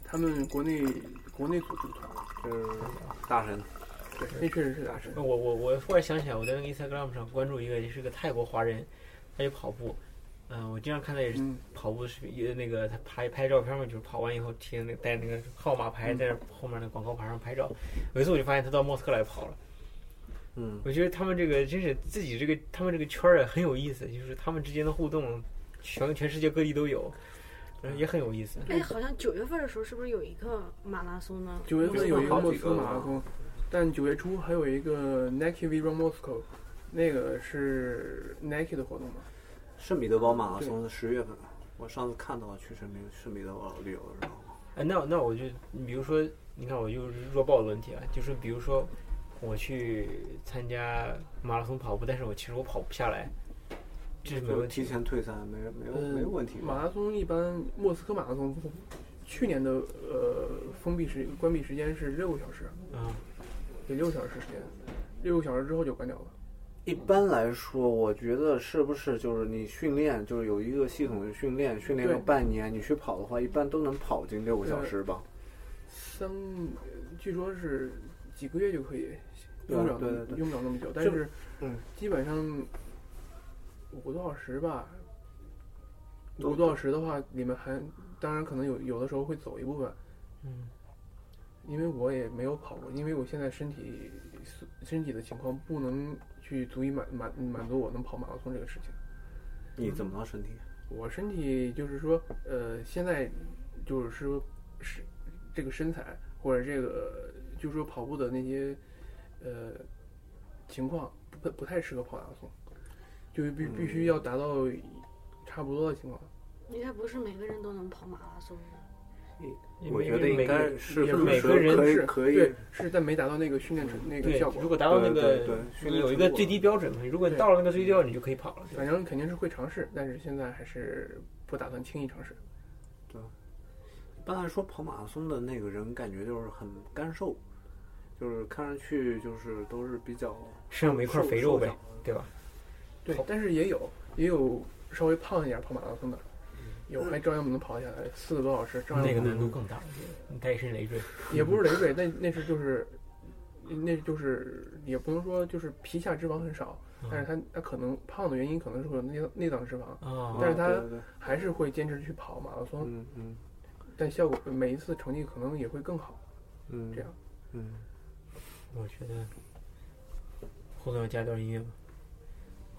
他们国内国内组组团，
嗯就是大神，
对，那确实是大神。
我我我忽然想起来，我在那个 Instagram 上关注一个，也是个泰国华人，他就跑步，嗯、我经常看他也是
嗯，
跑步是也那个他拍拍照片嘛，就是跑完以后贴那个带那个号码牌
嗯
在那后面那广告牌上拍照。有一次我就发现他到莫斯科来跑了，
嗯，
我觉得他们这个真是自己这个他们这个圈儿啊很有意思，就是他们之间的互动，全全世界各地都有，嗯，也很有意思。
哎，好像九月份的时候是不是有一个马拉松呢？
九月份有一个莫斯科
有
马
好
拉
几个
松，但九月初还有一个 Nike v r o Moscow，那个是 Nike 的活动嘛？
圣彼得堡马拉松是十月份，我上次看到去圣彼圣彼得堡旅游的时候，
哎，那那我就你比如说，你看我就是弱爆的问题啊，就是比如说我去参加马拉松跑步，但是我其实我跑不下来，这是没
就
问
提
题的。
前退赛，没没有
嗯
哦没有问题吧。
马拉松一般，莫斯科马拉松去年的呃封闭时关闭时间是六个小时，
嗯，
得六个小时时间，六个小时之后就关掉了。
一般来说，我觉得是不是就是你训练，就是有一个系统的训练，训练个
对
半年，你去跑的话，一般都能跑进六个小时吧？
三，呃据说是几个月就可以，
对
用不了
对对对
用不了那么久，但
就是嗯
基本上五个多小时吧，
都
五个多小时的话，里面还当然可能有有的时候会走一部分，
嗯，
因为我也没有跑过，因为我现在身体身体的情况不能去足以满满满足我能跑马拉松这个事情。
嗯
你怎么了，身体？
我身体就是说，呃，现在就是说是这个身材或者这个就是说跑步的那些呃情况不不太适合跑马拉松，就必必
嗯
须要达到差不多的情况。
应该不是每个人都能跑马拉松的。
我觉得应该是
也
不
不
是每
是
个人
可以
是
可以
对，是但没达到那个训练成那个
对
效，
如
果，
果达到那
对对对
个
训练
有一
成
个
果
最低标准嘛，如果你
对
到了那个最低标准，你就可以跑了。
反正肯定是会尝试，但是现在还是不打算轻易尝试。
一般来说，跑马拉松的那个人感觉就是很干瘦，就是看上去就是都是比较
身上没一块肥肉呗啊
瘦，
对吧？
对
跑，
但是也有也有稍微胖一点跑马拉松的，有还照样能跑下来，四个多小时照样
那个
跑
难度更大，我觉得你带一嗯身累赘。
也不是累赘，那那是就是，那就是也不能说就是皮下脂肪很少，
嗯
但是他他可能胖的原因可能是会有内脏内脏脂肪，
啊，
但是
啊
他
对对对
还是会坚持去跑马拉松，
嗯嗯
但效果每一次成绩可能也会更好。
嗯
这样
嗯，
我觉得后总要加段音乐吗？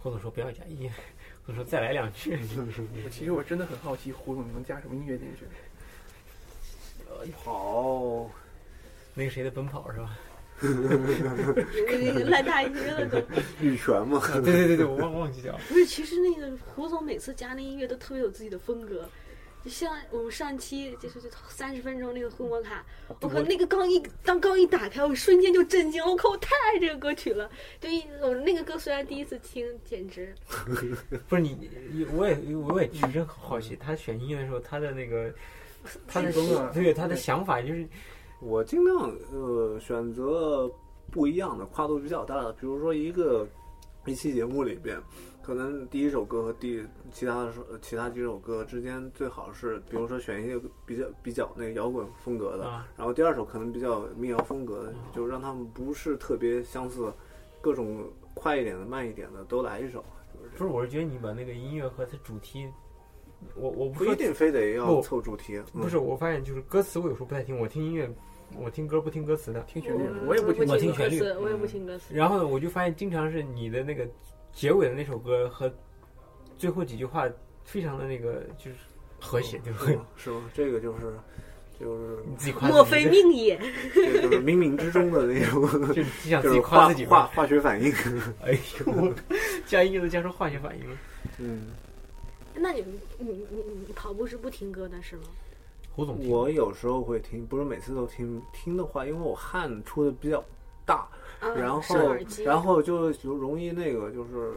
后总说不要加音乐，后总说再来两句。
我
嗯
其实我真的很好奇胡总你能加什么音乐进去？
跑
那个谁的奔跑是吧？
烂大街了都。
羽泉嘛，
对对对对，我忘忘记掉了。
不是，其实那个胡总每次加那音乐都特别有自己的风格，就像我们上期就是三十分钟那个互摸卡，我靠，那个刚一当刚一打开，我瞬间就震惊了，我靠，我太爱这个歌曲了。就一我那个歌虽然第一次听，简直
不是你，你我也我也真好奇，他选音乐的时候，他的那个他的
曲风啊
对他的想法就是
我尽量呃选择不一样的，跨度比较大的，比如说一个一期节目里边，可能第一首歌和第其他的首其他几首歌之间最好是，比如说选一些比较比较那个摇滚风格的，
啊
然后第二首可能比较民谣风格的，就让他们不是特别相似，各种快一点的、慢一点的都来一首，就是
不
这
是，我是觉得你把那个音乐和它主题，我我
样
不
不
说
一定非得要
不
凑主题，嗯
不是，我发现就是歌词我有时候不太听，我听音乐，我听歌不听歌词的。
听旋律，
嗯我
我也不
不
听
我听
歌
旋律
词，我也不听歌词。
然后呢，我就发现经常是你的那个结尾的那首歌和最后几句话非常的那个就是和谐，对不
是
对
吗？？嗯是吗？这个就是就是
你自己夸自己
莫非命也？
这个就是冥冥之中的那 种。
就是只想
就
自己
是化
夸自己
化
吧。
化学反应。
哎呦，我加音乐都加出化学反应了。
嗯，
那你你你你跑步是不听歌的是吗？
胡总听，
我有时候会听，不是每次都听。听的话，因为我汗出的比较大，
啊，
然后
上耳机，
然后就就容易那个，就是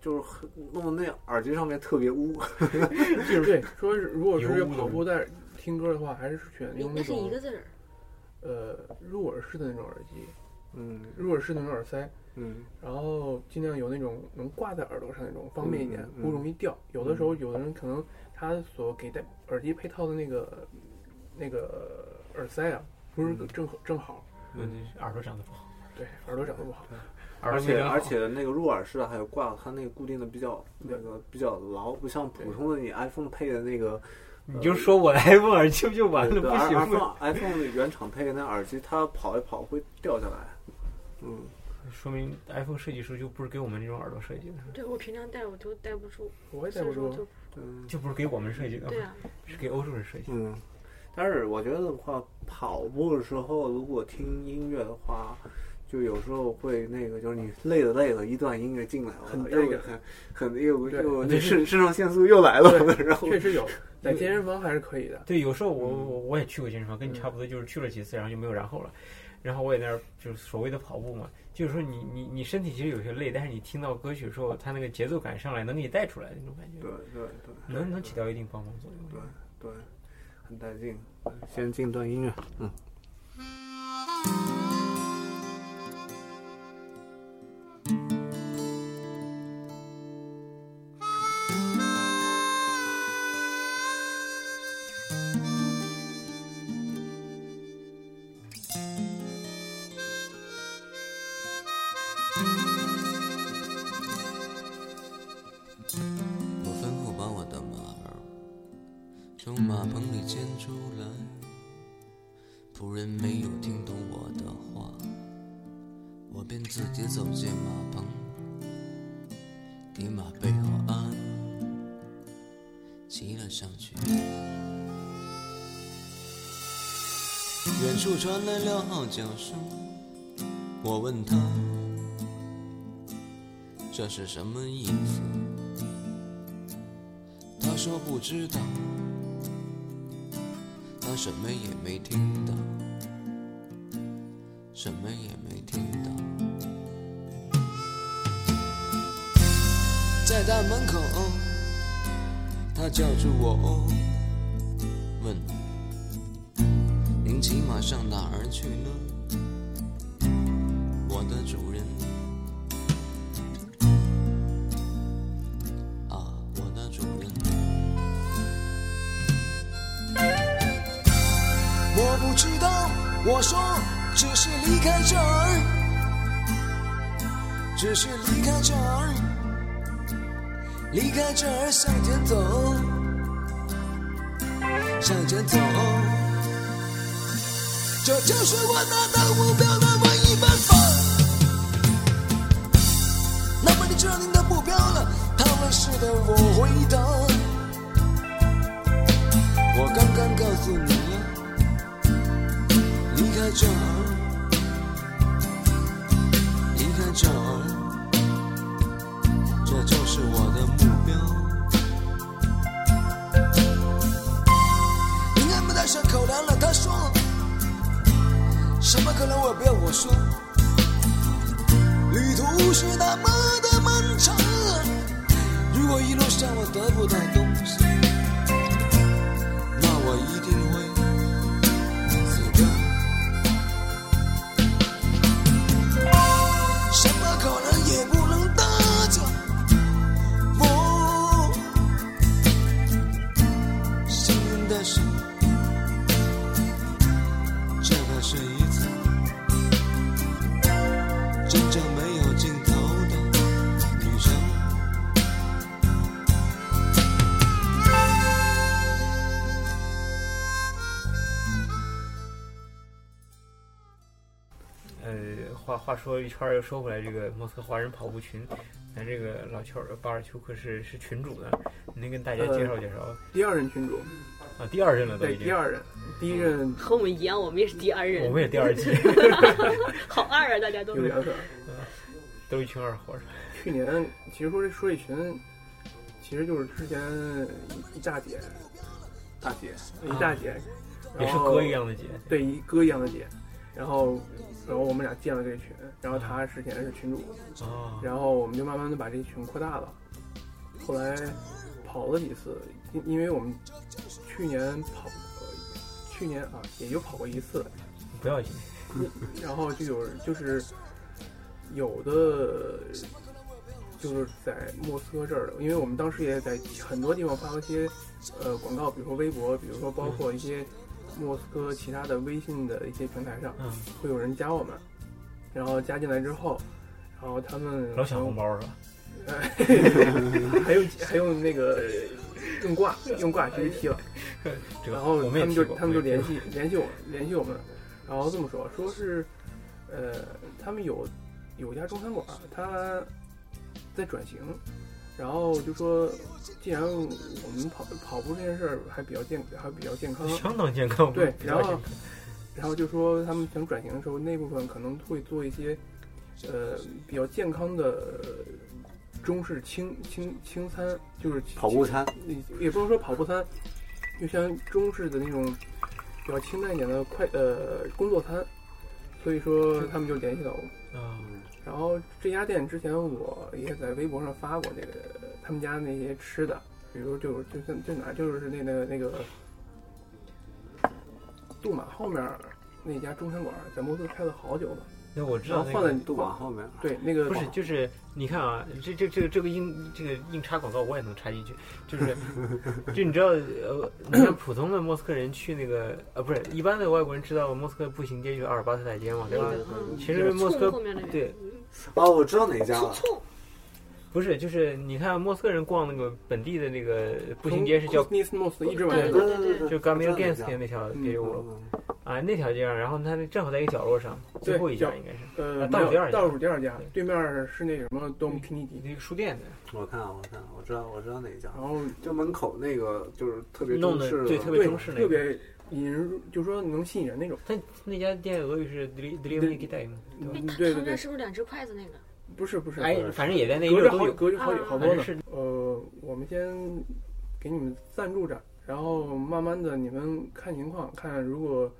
就是很弄得那耳机上面特别污。
就是对，说是如果是
油污的
跑步在听歌的话，还是选用
那
那
是一
种
个字儿。
呃入耳式的那种耳机，
嗯
入耳式的那种耳塞。
嗯
然后尽量有那种能挂在耳朵上那种，方便一点
嗯，嗯
不容易掉。有的时候，有的人可能他所给戴耳机配套的那个那个耳塞啊，不是正好正好，
我这嗯耳朵长得不好，
对，耳朵长得不好，
耳
嗯而
朵非
且
常好
而且那个入耳式的还有挂它那个固定的比较那个比较牢，不像普通的你 iPhone 配的 那个
你就说我 iPhone 耳机不就完了
对
不
，i-
行吗？
iPhone iPhone 的原厂配的那耳机，它跑一跑会掉下来。嗯，
说明 iPhone 设计师就不是给我们这种耳朵设计的，
对我平常戴我都戴不住，
我也戴
所
不
以说
住
就。
对，
就不是给我们设计的，
对啊，
是给欧洲人设计的。
嗯，但是我觉得的话，跑步的时候如果听音乐的话，就有时候会那个，就是你累了累了，一段音乐进来了，
很带
又
感
很很又
对
又
对
那肾肾上腺素又来了， 然后
确实有，在健身房还是可以的。
对，有时候我我我也去过健身房，跟你差不多，就是去了几次，然后就没有然后了。然后我也在那儿就是所谓的跑步嘛，就是说你你你身体其实有些累，但是你听到歌曲的时候，它那个节奏感上来，能给你带出来那种感觉，
对对对，
能能起到一定帮忙作用。
对对，很带劲。先进段音乐，嗯。
我吩咐把我的马儿从马棚里牵出来，嗯仆人没有听懂我的话，我便自己走进马棚，给马背后鞍，骑了上去。远处传来了号角声，我问他这是什么意思？他说不知道，他什么也没听到，什么也没听到。在大门口，他叫住我，问：“您骑马上哪儿去呢？”我的主人。啊，我的主人。我不知道，我说只是离开这儿，只是离开这儿，离开这儿向前走，向前走。这就是我达到目标的唯一办法。那么你知道您的目标了，他们是的，我回答。我刚刚告诉你了，离开这儿，离开这儿，这就是我的目标。你看不戴上口粮了，他说，什么可能我不要我说。旅途是那么的漫长，如果一路上我得不到东西，那我一定会死掉。什么可能也不能搭救我。幸运的是，这个是一次。真正没有尽头的旅程。
呃，话话说一圈儿又说回来，这个莫斯科华人跑步群，咱这个老丘尔巴尔丘克是是群主呢，您跟大家介绍介绍、
第二任群主，
啊，第二任了都
呃对，
已经，
第二任，第一任
和我们一样，我们也是第二
我
人，
们也第二 季，
好二啊，大家都
有缘分。
都一群二货，
去年其实说这说这群，其实就是之前一大姐，
大姐，
一大姐，
也是
然后
哥一样的姐，
对，一哥一样的姐。然后，然后我们俩建了这个群，然后她之前是群主，
啊，
然后我们就慢慢的把这群扩大了。后来跑了几次，因因为我们去年跑，呃去年啊也就跑过一次，
不要紧，
然后就有就是有的就是在莫斯科这儿的，因为我们当时也在很多地方发了一些呃广告，比如说微博，比如说包括一些莫斯科其他的微信的一些平台上，
嗯，
会有人加我们，然后加进来之后，然后他们
老抢红包是吧？
还用还用那个用挂用挂直接踢了，
这个
然后
我
他
们也
们就
踢过
他们就
我也
联
踢
系联系我联系我们，然后这么说说是，呃，他们有有一家中餐馆，他在转型，然后就说，既然我们跑跑步这件事儿还比较健还比较健康
过， 相当健康，
嗯
对
比较
然后
健康
然后就说他们想转型的时候，那部分可能会做一些，呃，比较健康的呃中式轻轻轻餐，就是
跑步餐，
也也不能说跑步餐，就像中式的那种比较清淡一点的快呃工作餐，所以说他们就联系到我。
啊，
然后这家店之前我也在微博上发过这个他们家那些吃的，比如就是就像就哪就是那那个那个杜马后面那家中餐馆，在莫斯科开了好久了。
那我知
然
道
后
那
换
个
了
嗯都往后面。
对那个
不是，就是你看啊，这这这个这个硬这个硬插广告我也能插进去，就是就你知道呃，你看普通的莫斯科人去那个呃不是一般的外国人知道莫斯科步行街就是阿尔巴特大街嘛，对
那
吧
个？嗯
其实莫斯科
冲后面那个
对
嗯
哦，我知道哪家
冲
了，
冲
不是，就是你看啊莫斯科人逛那个本地的那个步行街是叫
n i s m o s 一直往
对
前
对
走
对，
对对对，
就 g a m i l g a n s k 那条
嗯
街我啊那条街上，然后它那正好在一个角落上，最后一家
对
应该是
呃
啊倒数
没有
第二家
倒数第二家，对面是那个什么 Dom k i n i d
你
i
那个书店的，
我看啊，我看啊，我知道，我知道哪家了，
然后
就门口那个就是特别
弄
中
得
式
对特别
哦对
中式那
特
个
别引人，就说能吸引人那种。
但那家店俄语是 d d l i v n i k i d a
嗯
那
对
哎他
对
们那
对，
是不是两只筷子那个？
不是不是，
哎，反正也在那一
隔
溜
着
都
好
有，
隔着好几
反
好多
正
呢。
是
呃，我们先给你们赞助着，然后慢慢的你们看情况，看如果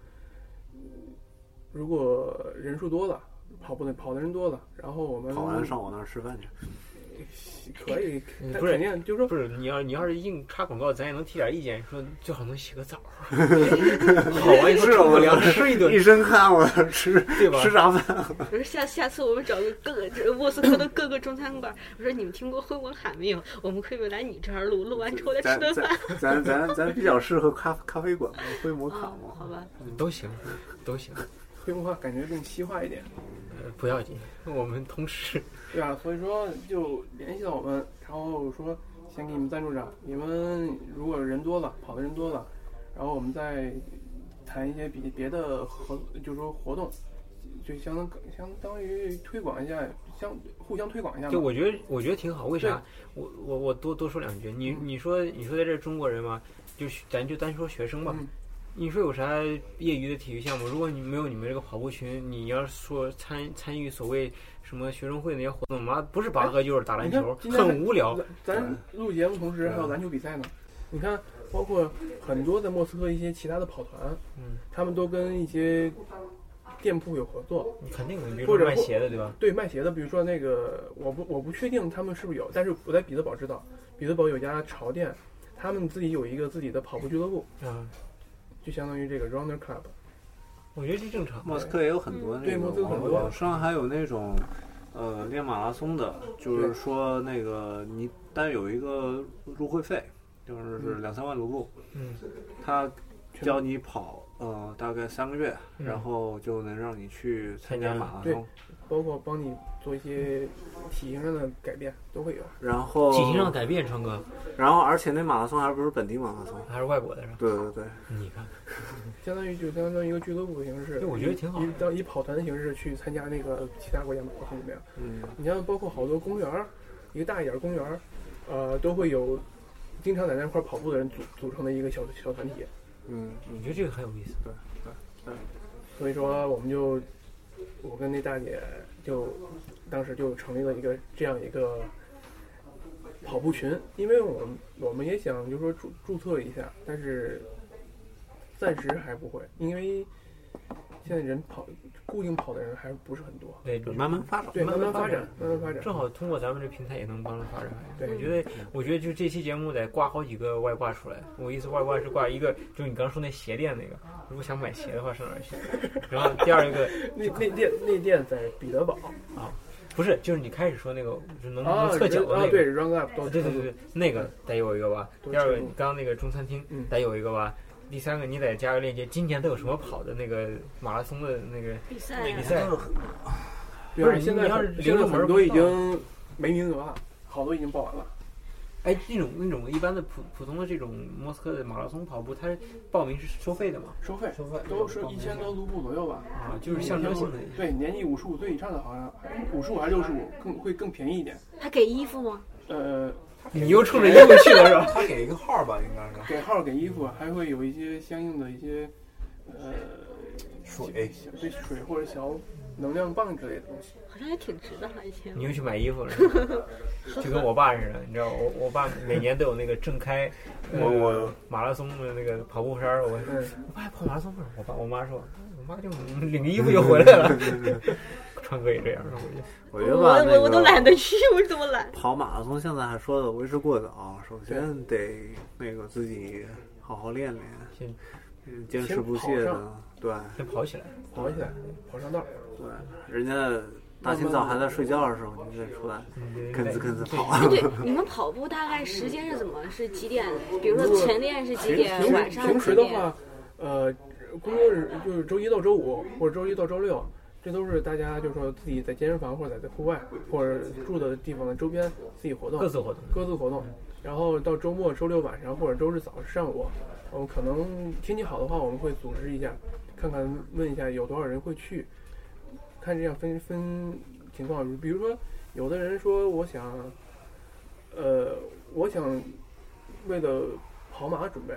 如果人数多了，跑步的跑的人多了，然后我们
跑完上我那儿吃饭去。
可以
嗯，
但
不是
肯定就是说
不是你要你要是硬插广告，咱也能提点意见，说最好能洗个澡， 好完以后
是
冲
我
个凉吃一顿
一，身汗，我 吃
对吧？
吃啥 饭？
我说下下次我们找个各这莫斯科的各个中餐馆。我说你们听过惠文海没有？我们可以来你这儿录，录完之后再吃
咱
顿
咱
饭。
咱咱咱比较适合咖咖啡馆吧，会摩卡
啊，好
嘛。
吧，
都行，都行，
黑文化感觉更西化一点，
呃不要紧，我们通吃。
对吧？啊所以说就联系到我们，然后说先给你们赞助着，你们如果人多了，跑的人多了，然后我们再谈一些别别的合，就是说活动，就相当相当于推广一下，相互相推广一下嘛。
就我觉得我觉得挺好，为啥
对？
我我我多多说两句，你
嗯
你说你说在这儿中国人嘛，就咱就单说学生吧，
嗯
你说有啥业余的体育项目？如果你没有你们这个跑步群，你要是说参参与所谓什么学生会那些活动，妈不是拔河就是打篮球，
你看今天
很无聊。嗯
咱咱录节目同时还有篮球比赛呢，你看，包括很多在莫斯科一些其他的跑团，
嗯，
他们都跟一些店铺有合作，
你肯定有，比如
或
说
者
卖鞋的对吧？
对卖鞋的，比如说那个，我不我不确定他们是不是有，但是我在彼得堡知道，彼得堡有家潮店，他们自己有一个自己的跑步俱乐部，
啊，
就相当于这个 Runner Club。
我觉得这正常。
莫斯科也有很多那
对莫斯
种
科很多
网上还有那种呃练马拉松的，就是
对
说那个你但有一个入会费，就是是
嗯
两三万卢布，
嗯，
他教你跑呃大概三个月，
嗯
然后就能让你去参加
参加
马拉
对
松，
包括帮你做一些体型上的改变，都会有。
然后
体型上改变，川哥
然后而且那马拉松还不是本地马拉松，
还是外国的是吧？
对对对，
你看，
相当于就相当于一个俱乐部的形式，
对我觉得挺好的
以当以跑团的形式去参加那个其他国家马拉松怎么样？
嗯，
你像包括好多公园儿，一个大一点儿公园儿，呃，都会有经常在那块儿跑步的人组组成的一个小小团体。
嗯
我觉得这个很有意思。
所以说，我们就我跟那大姐就当时就成立了一个这样一个跑步群，因为我们我们也想就是说注注册一下，但是暂时还不会，因为现在人跑固定跑的人还不是很多，
对，
慢慢发展，
对，
慢慢
慢慢
发
发
展嗯
展，慢慢发展，
正好通过咱们这平台也能帮助发展。
对
我觉得，我觉得就这期节目得挂好几个外挂出来。我意思外挂是挂一个，就是你刚说那鞋店那个，如果想买鞋的话上哪儿去？然后第二一个
那那店那店在彼得堡
不是，就是你开始说那个，就能
啊
能，侧脚的
啊
那
对
个。
，Run Up 到
嗯对对对，对，那个得有一个吧。
对
第二个，
对
你刚刚那个中餐厅
嗯
得有一个吧。第三个，你得加个链接，今年都有什么跑的那个马拉松的那哎个
比赛啊
比
呀、
赛？
对
不
啊，
是
现
你
在
要是
很
零
现在
六门
很
儿
多
不
已
到
经没名额了，好多已经报完了。
哎，那种那种一般的普普通的这种莫斯科的马拉松跑步，它是报名是收费的嘛？
收费
收费
都是一千多卢布左右吧，
啊，就是象征性的。
对，年纪五十五岁以上的好像五十五还是六十五更会更便宜一点。
他给衣服吗？
呃，
你又冲着业务去了是吧？
他给一个号吧，应该是
给号儿给衣服啊，还会有一些相应的一些呃
水。
小对水或者小能量棒之类的东西。
好像也挺值的哈，以前
你又去买衣服了是吧，就跟我爸似的，你知道我我爸每年都有那个正开，呃
我我
马拉松的那个跑步衫儿，我
嗯，
我爸还跑马拉松吗？我爸我妈说，我 妈就领个衣服就回来了，川哥也这样，我就
我
我
觉得吧，那
我我都
个
懒得去，我怎么懒？
跑马拉松现在还说的为时过早，首先得那个自己好好练练，
先
嗯坚持不懈
先跑
的。对
先跑起来。
跑起来，跑上道儿。
对，人家大清早还在睡觉的时候，你得出来
嗯
吭哧吭哧跑。啊
哎，对，你们跑步大概时间是怎么？是几点？比如说前练是几
平
点？
平
晚
时
上
平
几
时的
点？
话，呃，工作日就是周一到周五或者周一到周六，这都是大家就是说自己在健身房或者在户外或者住的地方的周边自己活动
各自活动，
各自活动。然后到周末周六晚上或者周日早上午，我们可能天气好的话，我们会组织一下，看看问一下有多少人会去，看这样分分情况。比如说，有的人说我想，呃，我想为了跑马准备，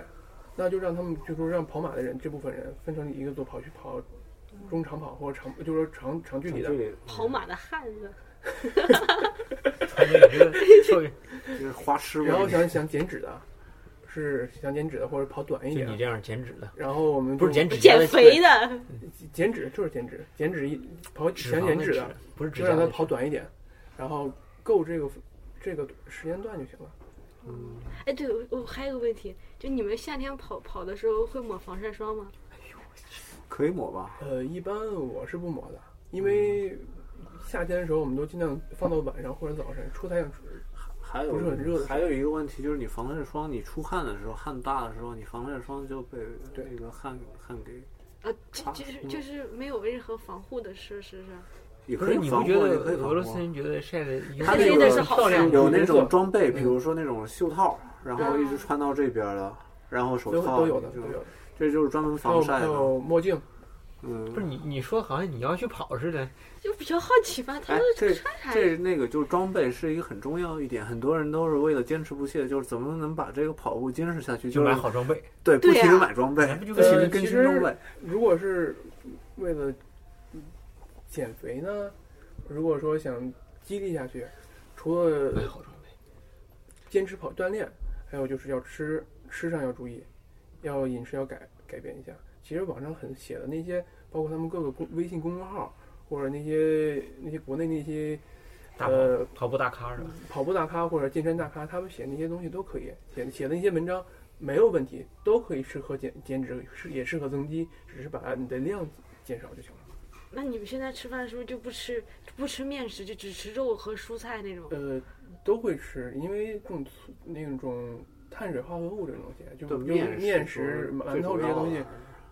那就让他们就说让跑马的人这部分人分成一个组跑去跑中长跑或者长就是说长长距离的，
跑马的汉子，
川哥你这个说
就是花痴
然后
嘛，
想想减脂的，是想减脂的或者跑短一
就
点
你。这样减脂的，
然后我们
不是
就
减脂
减肥的，
减脂，就是减脂，减脂一跑
脂
想
肪
减
的
脂
脂
的，，
不是脂
就
肪
让
的
他
脂
跑短一点，然后够这个这个时间段就行了。
哎，对，我我还有个问题，就你们夏天跑跑的时候会抹防晒霜吗？
可以抹吧？
呃，一般我是不抹的，因为夏天的时候我们都尽量放到晚上或者早上，出太阳出
还有
不是很热的
还有一个问题就是你防晒霜，你出汗的时候，汗大的时候，你防晒霜就被
对
那个汗汗给
啊，就
啊
就是
嗯
就是没有任何防护的设施是吧？
也
不
可
是
以
你不
防
觉
护，
得
也可以防
俄罗斯
护。
人觉得晒的
他
那
那个
漂亮
有那
颜色
种装备，比
嗯
如说那种袖套，然后一直
嗯
穿到这边的，然后手
都
套
都有的，
这
都
种
有的。
这就是专门
还
防
有
晒
还
的。
有墨镜，
不是
嗯，
你你说好像你要去跑似的，
就比较好奇吧，他
哎
们，
这
穿啥呀？
这那个就是装备是一个很重要一点，很多人都是为了坚持不懈，就是怎么能把这个跑步坚持下去，
就是买好装备，
对，不
对呀
停的买装备
那，不就
不停
呃
的更
其
新装
实
备。
如果是为了减肥呢，如果说想激励下去，除了
买好装备。
坚持跑锻炼，还有就是要吃吃上要注意，要饮食要改改变一下。其实网上很写的那些，包括他们各个公微信公众号，或者那些那些国内那些
大跑
呃
跑步大咖是吧？
跑步大咖或者健身大咖，他们写那些东西都可以，写写的那些文章没有问题，都可以适合减减脂，是也适合增肌，只是把你的量减少就行了。
那你们现在吃饭是不是就不吃不吃面食，就只吃肉和蔬菜那种？
呃，都会吃，因为这种粗那种碳水化合物这种东西，就
对
就
面
面
食
食、
是
馒
最主
头这些
要
东西
的，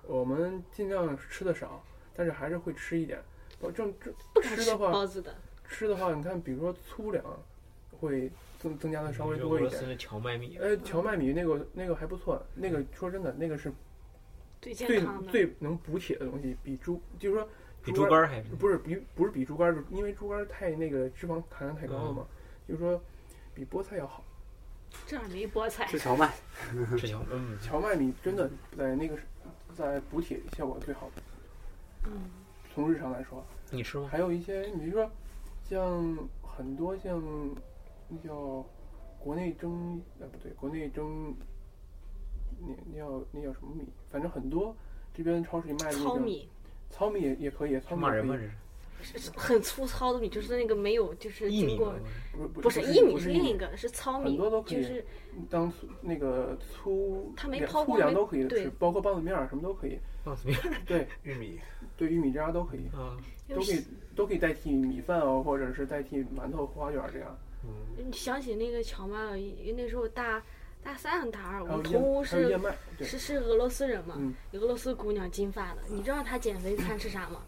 我们尽量吃的少，但是还是会吃一点。我正正
不敢
吃
吃哦
的话，
包子的，
吃的话，你看，比如说粗粮，会增增加的稍微
就
多
俄
一
罗斯
点。
的荞麦米，啊
呃，荞麦米那个那个还不错，那个说真的，那个是
最
最
健康的。
最能补铁的东西，比猪就是说
比猪肝儿还是
不是比不是比猪肝儿，因为猪肝儿太那个脂肪含量太高了嘛，
嗯
就是说比菠菜要好。
这儿没菠菜
吃，荞麦，
吃荞麦？嗯，
荞麦米真的在那个是在补铁效果最好。
嗯，
从日常来说，啊
你吃吗？
还有一些，你比如说像很多像那叫国内蒸，呃不对，国内蒸那那叫那叫什么米？反正很多这边超市里卖的那
糙
种，
米
糙米也也可以，糙米
骂
也
人吗？
可
这
以，
是
是是很粗糙的米，就是那个没有就是
薏米
经过
吗？
不是
不是
是
薏米
不
是
是
另一个是糙米，
很多都可以
就是
当粗那个粗
它没
粮
抛
粗
光
粮
没
都可以
对
吃，包括棒子面儿什么都可以，
棒子面
对
玉米，
对，玉米渣都可以。
啊，
都可以都可以代替米饭哦，或者是代替馒头、花卷儿这样。
你想起那个荞麦了，因为那时候大大三还是大二，我
还有
们
燕
同屋
还有
是
燕麦，对，
是是俄罗斯人嘛，
嗯
有俄罗斯姑娘金发的，你知道她减肥餐吃啥吗？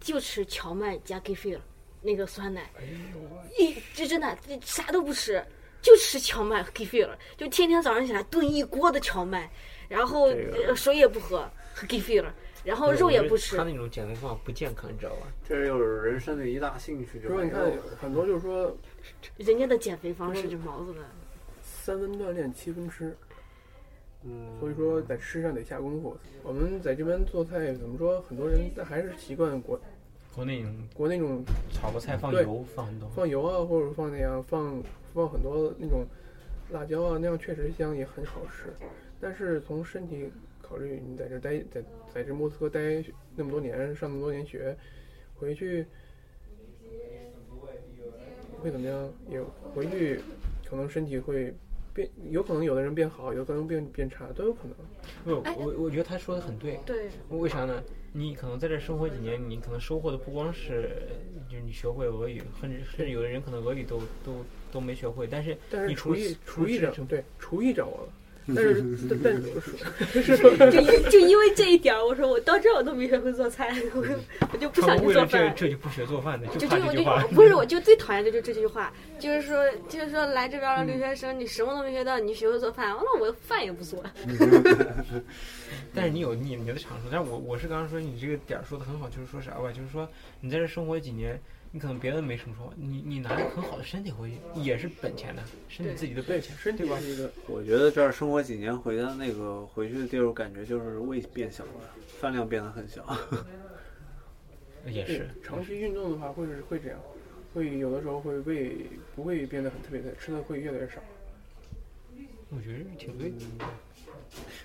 就吃荞麦加 kefir 那个酸奶，
哎
一这真的这啥都不吃，就吃荞麦和 kefir，就天天早上起来炖一锅的荞麦，然后、
这个
呃水也不喝，喝 kefir，然后哦肉也不吃
他。那种减肥方法不健康，你知道吧？
这就是人生的一大兴趣，就
说
没
你
有
看
了。
很多就是说
人家的减肥方式
就是
就是毛子的，
三分锻炼七分吃，
嗯，
所以说在吃上得下功夫。我们在这边做菜怎么说，很多人还是习惯国
国内那种
国内那种
炒个菜放
对
油放很多，
放油啊，或者放那样放放很多那种辣椒啊，那样确实香也很好吃。但是从身体考虑，你在这待在在这莫斯科待那么多年，上那么多年学，回去会怎么样？也回去可能身体会变，有可能有的人变好，有可能变变差，都有可能。
不，
哎
我我觉得他说的很对。
对，
为啥呢？你可能在这生活几年，你可能收获的不光是就是你学会俄语，甚至甚至有的人可能俄语都都都没学会，但是
但
你
是
除
厨
了
艺
除
厨艺
了
掌
这
对厨艺掌握了，但是但但是
就因就因为这一点儿，我说我到这儿我都没学会做菜，我我就
嗯
不
他
想
们
去
为
做
了
饭
这
了。
这就不学做饭的，
就
怕
这
这
个，
句
就
话。
不是，我就最讨厌的就是这句话，就是说，就是说来这边的留学生，你什么都没学到，你学会做饭，完了 我饭也不做，
但是你有你你的长处，但是我我是刚刚说你这个点儿说的很好，就是说啥吧，就是说你在这生活几年，你可能别的没什么说，你你拿着很好的身体回去也是本钱的，是你
对
自己的
对
本钱。
身体吧一个
我觉得这儿生活几年，回到那个回去的地儿，我感觉就是胃变小了，饭量变得很小。
也
对
是，
长期运动的话，会是会这样，会有的时候会胃不会变得很特别的，吃的会越来越少。
我觉得挺对的。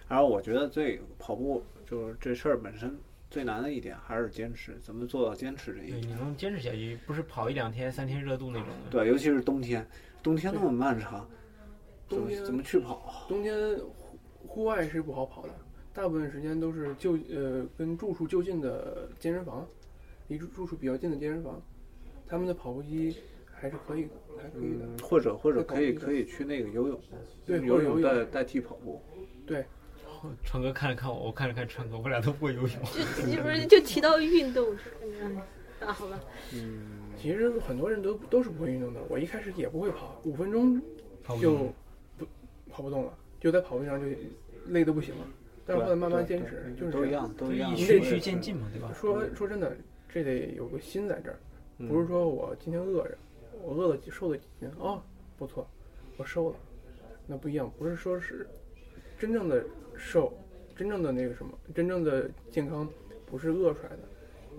然后我觉得最跑步就是这事儿本身最难的一点还是坚持，怎么做到坚持这一
哎
对，
点？
你能坚持下去，不是跑一两天、三天热度那种的。
对，尤其是冬天，冬天那么漫长，怎
冬
么
天
怎么去跑？啊
冬天户户外是不好跑的，大部分时间都是就呃跟住处就近的健身房，离住住处比较近的健身房，他们的跑步机还是可以还可以的。
嗯，或者或者可以
会考虑的
可以去那个游泳，
对
用游
或者游
泳
泳
代代替跑步。
对，
川哥看了看我，我看了看川哥，我俩都不会游泳。
就就不是就提到运动，嗯啊，好吧，
其实很多人都都是不会运动的，我一开始也不会跑，五分钟
跑不
就
动
不跑不动了，就在跑步机上就累得不行了。但是后来
啊
慢慢坚持，就是
都
这
一
样。
样，都
就
一
一
样。
循序渐进嘛，对吧？
说说真的，这得有个心在这儿，
嗯
不是说我今天饿着，我饿了瘦了几斤，哦，不错，我瘦了，那不一样，不是说是真正的瘦，真正的那个什么，真正的健康不是饿出来的，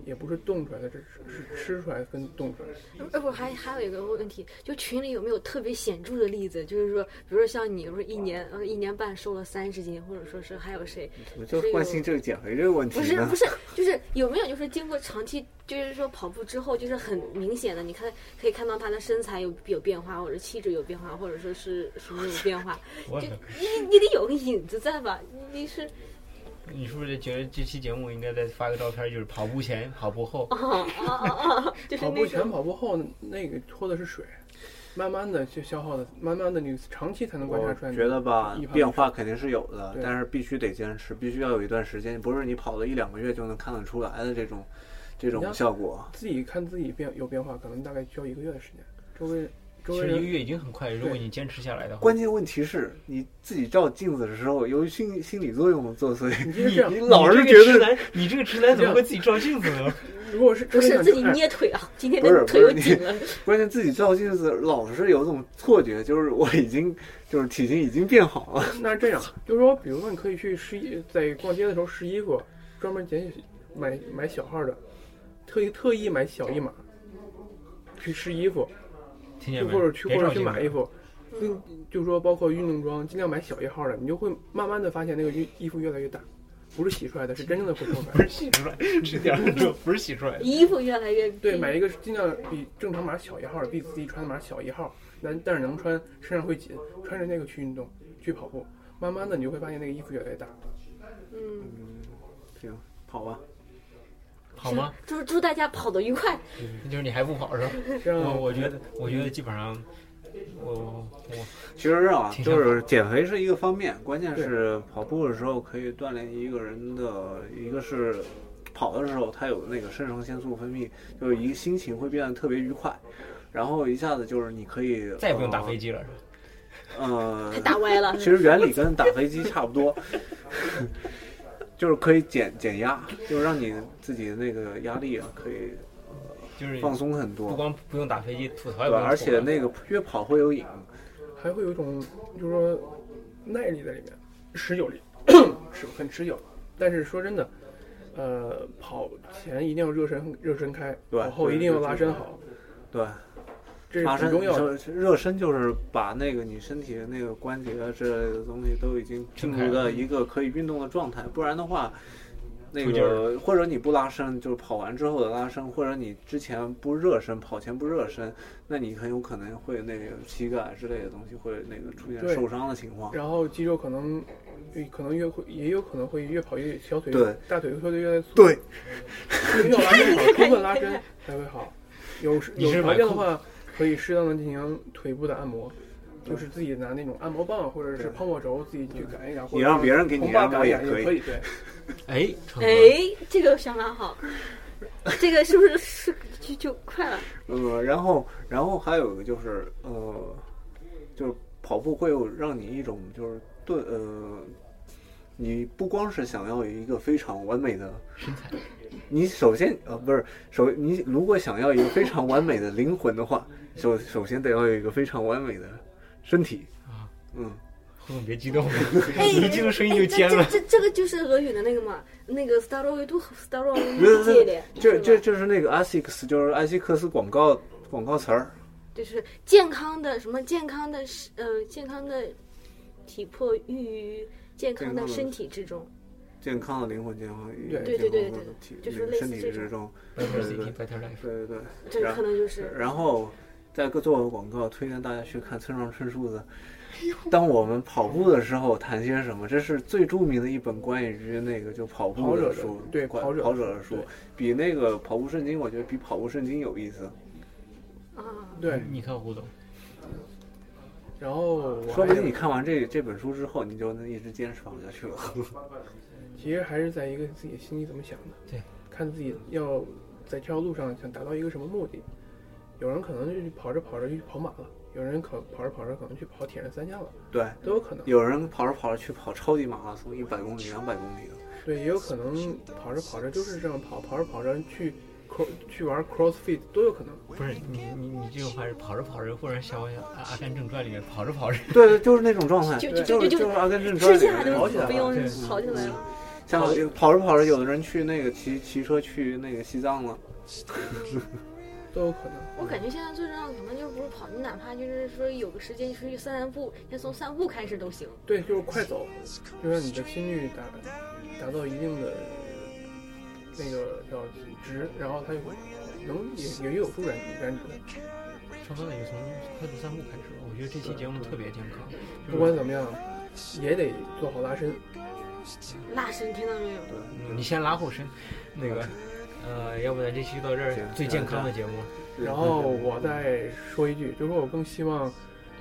也不是冻出来的，这是是吃出来跟冻出来的。
呃，不，还还有一个问题，就群里有没有特别显著的例子？就是说，比如说像你，说一年呃一年半瘦了三十斤，或者说是还有谁，
我就关心这个减肥这个问题
不是
呢
不。是，就是有没有就是经过长期，就是说跑步之后，就是很明显的，你看可以看到他的身材有有变化，或者气质有变化，或者说是什么有变化，
我
就你你得有个影子在吧？你是
你是不是觉得这期节目应该再发个照片，就是跑步前、跑步后？
就是
跑步
那
前、
种
跑步后，那个脱的是水，慢慢的就消耗的，慢慢的你长期才能观察
我
出来。
觉得吧
一，般
变化肯定是有的
对，
但是必须得坚持，必须要有一段时间，不是你跑了一两个月就能看得出来的这种这
你
种
要
效果。
自己看自己变有变化，可能大概需要一个月的时间。周围周
其
围
实一个
人
月已经很快，如果你坚持下来的话
关。键问题是你自己照镜子的时候，由于心心理作用的作
你
祟，
就是这样
你，老是
你
觉
这个直
得
男，你这个直男怎么会自己照镜子呢？
如果是
不
真的
是
想
自己
哎
捏腿啊？今天
不是
的腿
不
有
是你
紧了，
关键自己照镜子老是有种错觉，就是我已经就是体型已经变好了。
那是这样，就是说，比如说，你可以去试衣，在逛街的时候试衣服，专门捡买买小号的，特意特意买小一码去试衣服，
听见
就
没？
或者去或
别照
者去
镜
买衣
子。
服，跟就说包括运动装，尽量买小一号的，你就会慢慢的发现那个衣衣服越来越大，不是洗出来的，是真正的会瘦出来
不
的。
是 洗出来，这点儿肉不是洗出来的。
衣服越来越
对，
低
买一个尽量比正常码小一号的，比自己穿的码小一号，但但是能穿，身上会紧，穿着那个去运动，去跑步，慢慢的你就会发现那个衣服越来越大。
嗯，
行，跑吧，
好吗？嗯
祝祝大家跑得愉快，
就是你还不跑是吧？
这样
我我觉得，我觉得基本上我我
其实啊，
挺
就
想
是减肥是一个方面，关键是跑步的时候可以锻炼一个人的，一个是跑的时候他有那个肾上腺素分泌，就是一个心情会变得特别愉快，然后一下子就是你可以
再也不用打飞，机了，是吧？
呃
还，打歪了
呃，其实原理跟打飞机差 不多，就是可以减减压，就是让你自己的那个压力啊可以
就是
放松很
不
多，
光不用打飞机，吐槽也
对
不
吧？
用
而且
吐
那个越跑会有瘾，
还会有一种就是说耐力在里面，持久力是很持久。但是说真的，呃，跑前一定要热身热身开，
对
跑后
对
一定要
对
拉
对
伸好，
对。
这是
拉
很
伸
重要的。
就是热身就是把那个你身体的那个关节啊之类的东西都已经进入到一个可以运动的状态，不然的话，那
嗯出劲儿
个或者你不拉伸，就是跑完之后的拉伸，或者你之前不热身，跑前不热身，那你很有可能会那个膝盖啊之类的东西会那个出现
对
受伤的情况。
然后肌肉可能可能越会也有可能会越跑越小腿
对
大腿会越来越粗，
对，
一定要拉伸好，充分拉伸才会好。有时
你
有
是
条
买
件的
裤
话，可以适当的进行腿部的按摩，就是自己拿那种按摩棒或者是泡沫轴自己去擀一擀，或
你
者
让别人给
红
你
发
按
打
摩也
也
可
可
以。
以，对，
哎，成哥
哎，这个想法好，这个是不是是就就快了？
呃，然后，然后还有一个就是，呃，就是跑步会有让你一种就是对，呃，你不光是想要一个非常完美的
身材，
你首先呃不是首你如果想要一个非常完美的灵魂的话，首首先得要有一个非常完美的身体
啊，
嗯，
胡总别激动了，
哎，
你一激动声音就尖了
哎。这这这这个就是俄语的那个嘛，那个 s t a r o v i d u s t a r o v i
不
d u
是
系列，
呃这这
是吧
就是那个 Asics，就是艾希克斯广告广告词儿，
就是健康的什么健康的呃健康的体魄寓于健康的身体之中，
健康的灵魂，健康
对
对对对
健康
对
的体
就是
那个
类
身
似
体
这
之
种
中，
Better
对
city, better life。
对对对。
这可能就是
然后再做个广告，推荐大家去看村上春树的。当我们跑步的时候谈些什么？这是最著名的一本关于那个就跑步
跑
的
者的
书，
对
关
跑者
跑
的
者
书
的书
对，
比那个《跑步圣经》，我觉得比《跑步圣经》有意思。
啊，
对。
你看胡总，
然后我
说
还
不定
有
你看完这这本书之后，你就能一直坚持跑下 去了。
其实还是在一个自己心里怎么想的，
对，
看自己要在这条路上想达到一个什么目的。有人可能就是跑着跑着就去跑马了，有人可跑着跑着可能去跑铁人三项了，
对，
都有可能。
有人跑着跑着去跑超级马拉松，一百公里、两百公里的。
对，也有可能跑着跑着就是这样跑，跑着跑着去 cro 去玩 CrossFit 都有可能。
不是你你你这个话是跑着跑着，忽然想我想《阿阿甘正传》里面跑着跑着，
对对，就是那种状态，
就
就是
就就
就
就是
《阿甘正传
吃》
里
下
面
就
跑起来
不
了
用
对
跑起来了，
像跑着跑着，有的人去那个骑骑车去那个西藏了。
都有可能。
我感觉现在最重要的可能就不是跑，你哪怕就是说有个时间出去散散步，先从散步开始都行。
对，就是快走，就让你的心率达达到一定的那个叫值，然后它有能也也有助燃燃脂。
成哥也从快速散步开始吧。我觉得这期节目特别健康，就是
不管怎么样，也得做好拉伸。
拉伸听到没有？
你先拉后身，那个呃，要不咱这期到这儿
行
最健康的节目，
然后我再说一句，就是说我更希望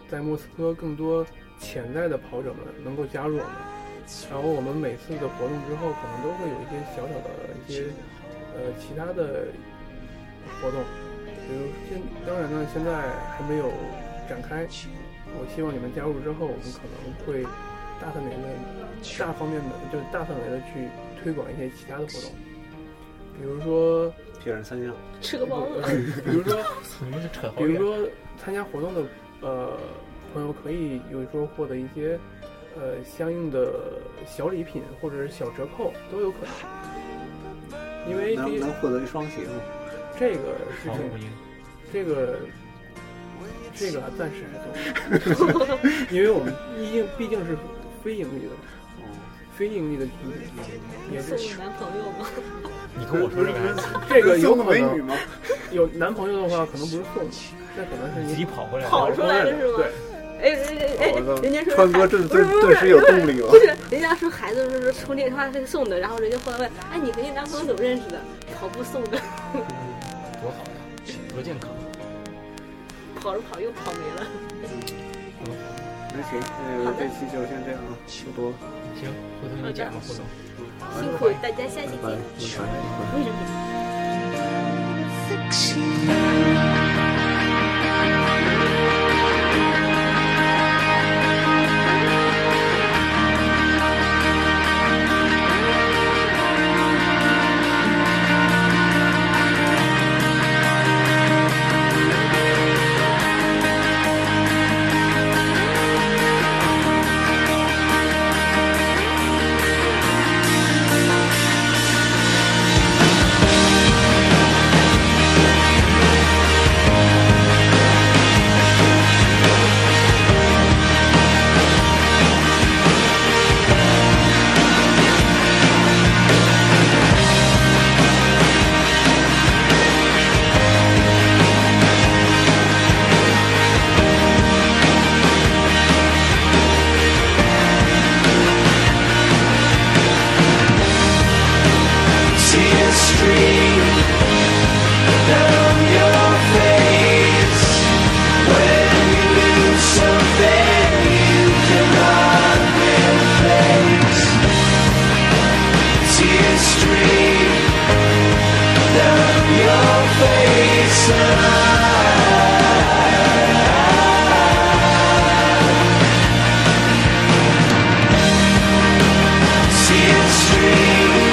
在莫斯科更多潜在的跑者们能够加入我们。然后我们每次的活动之后，可能都会有一些小小的一些呃其他的活动，比如现当然呢，现在还没有展开。我希望你们加入之后，我们可能会大范围的、大方面的，就是大范围的去推广一些其他的活动，比如说，呃
铁人三项，
吃个包子。
比如说。
你们是扯
比
好
如
远。
说参加活动的呃朋友可以有时候获得一些呃相应的小礼品或者是小折扣都有可能，因为
能能
这
获得一双鞋吗？
这个事
好，
情
我赢。
这个这个暂时还做 不到，因为我们毕竟毕竟是非盈利的
哦
非盈利的群体，也
送
是
你男朋友吗？
你跟我说这个还 是
这个有可
美女
能
吗？
有男朋友的话，可能不是送，那可能是
自己
你
跑回来的。
跑出来的是吗
对。
哎哎哎哎，人家说
川哥顿
不是
顿
不是
顿时有动力了
不。是，人家说孩子是充电话是送的，然后人家后来问，哎，你和你男朋友怎么认识的？跑步送的。
多好呀，多健康。
跑着跑又跑没了。
那行，那
好
个
的
这期就先这样啊，不多了，
行，回头你讲吧，回头。
辛苦大家，下期
拜
见。
拜，拜拜。
为什么？
See a stream down your face when you lose something you cannot replace. See a stream down your face. And I see a stream.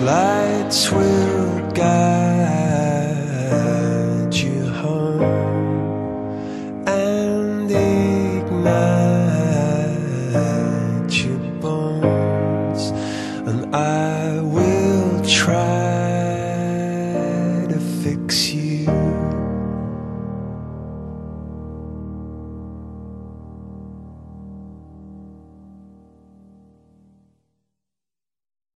Lights will guide you home and ignite your bones, and I will try to fix you.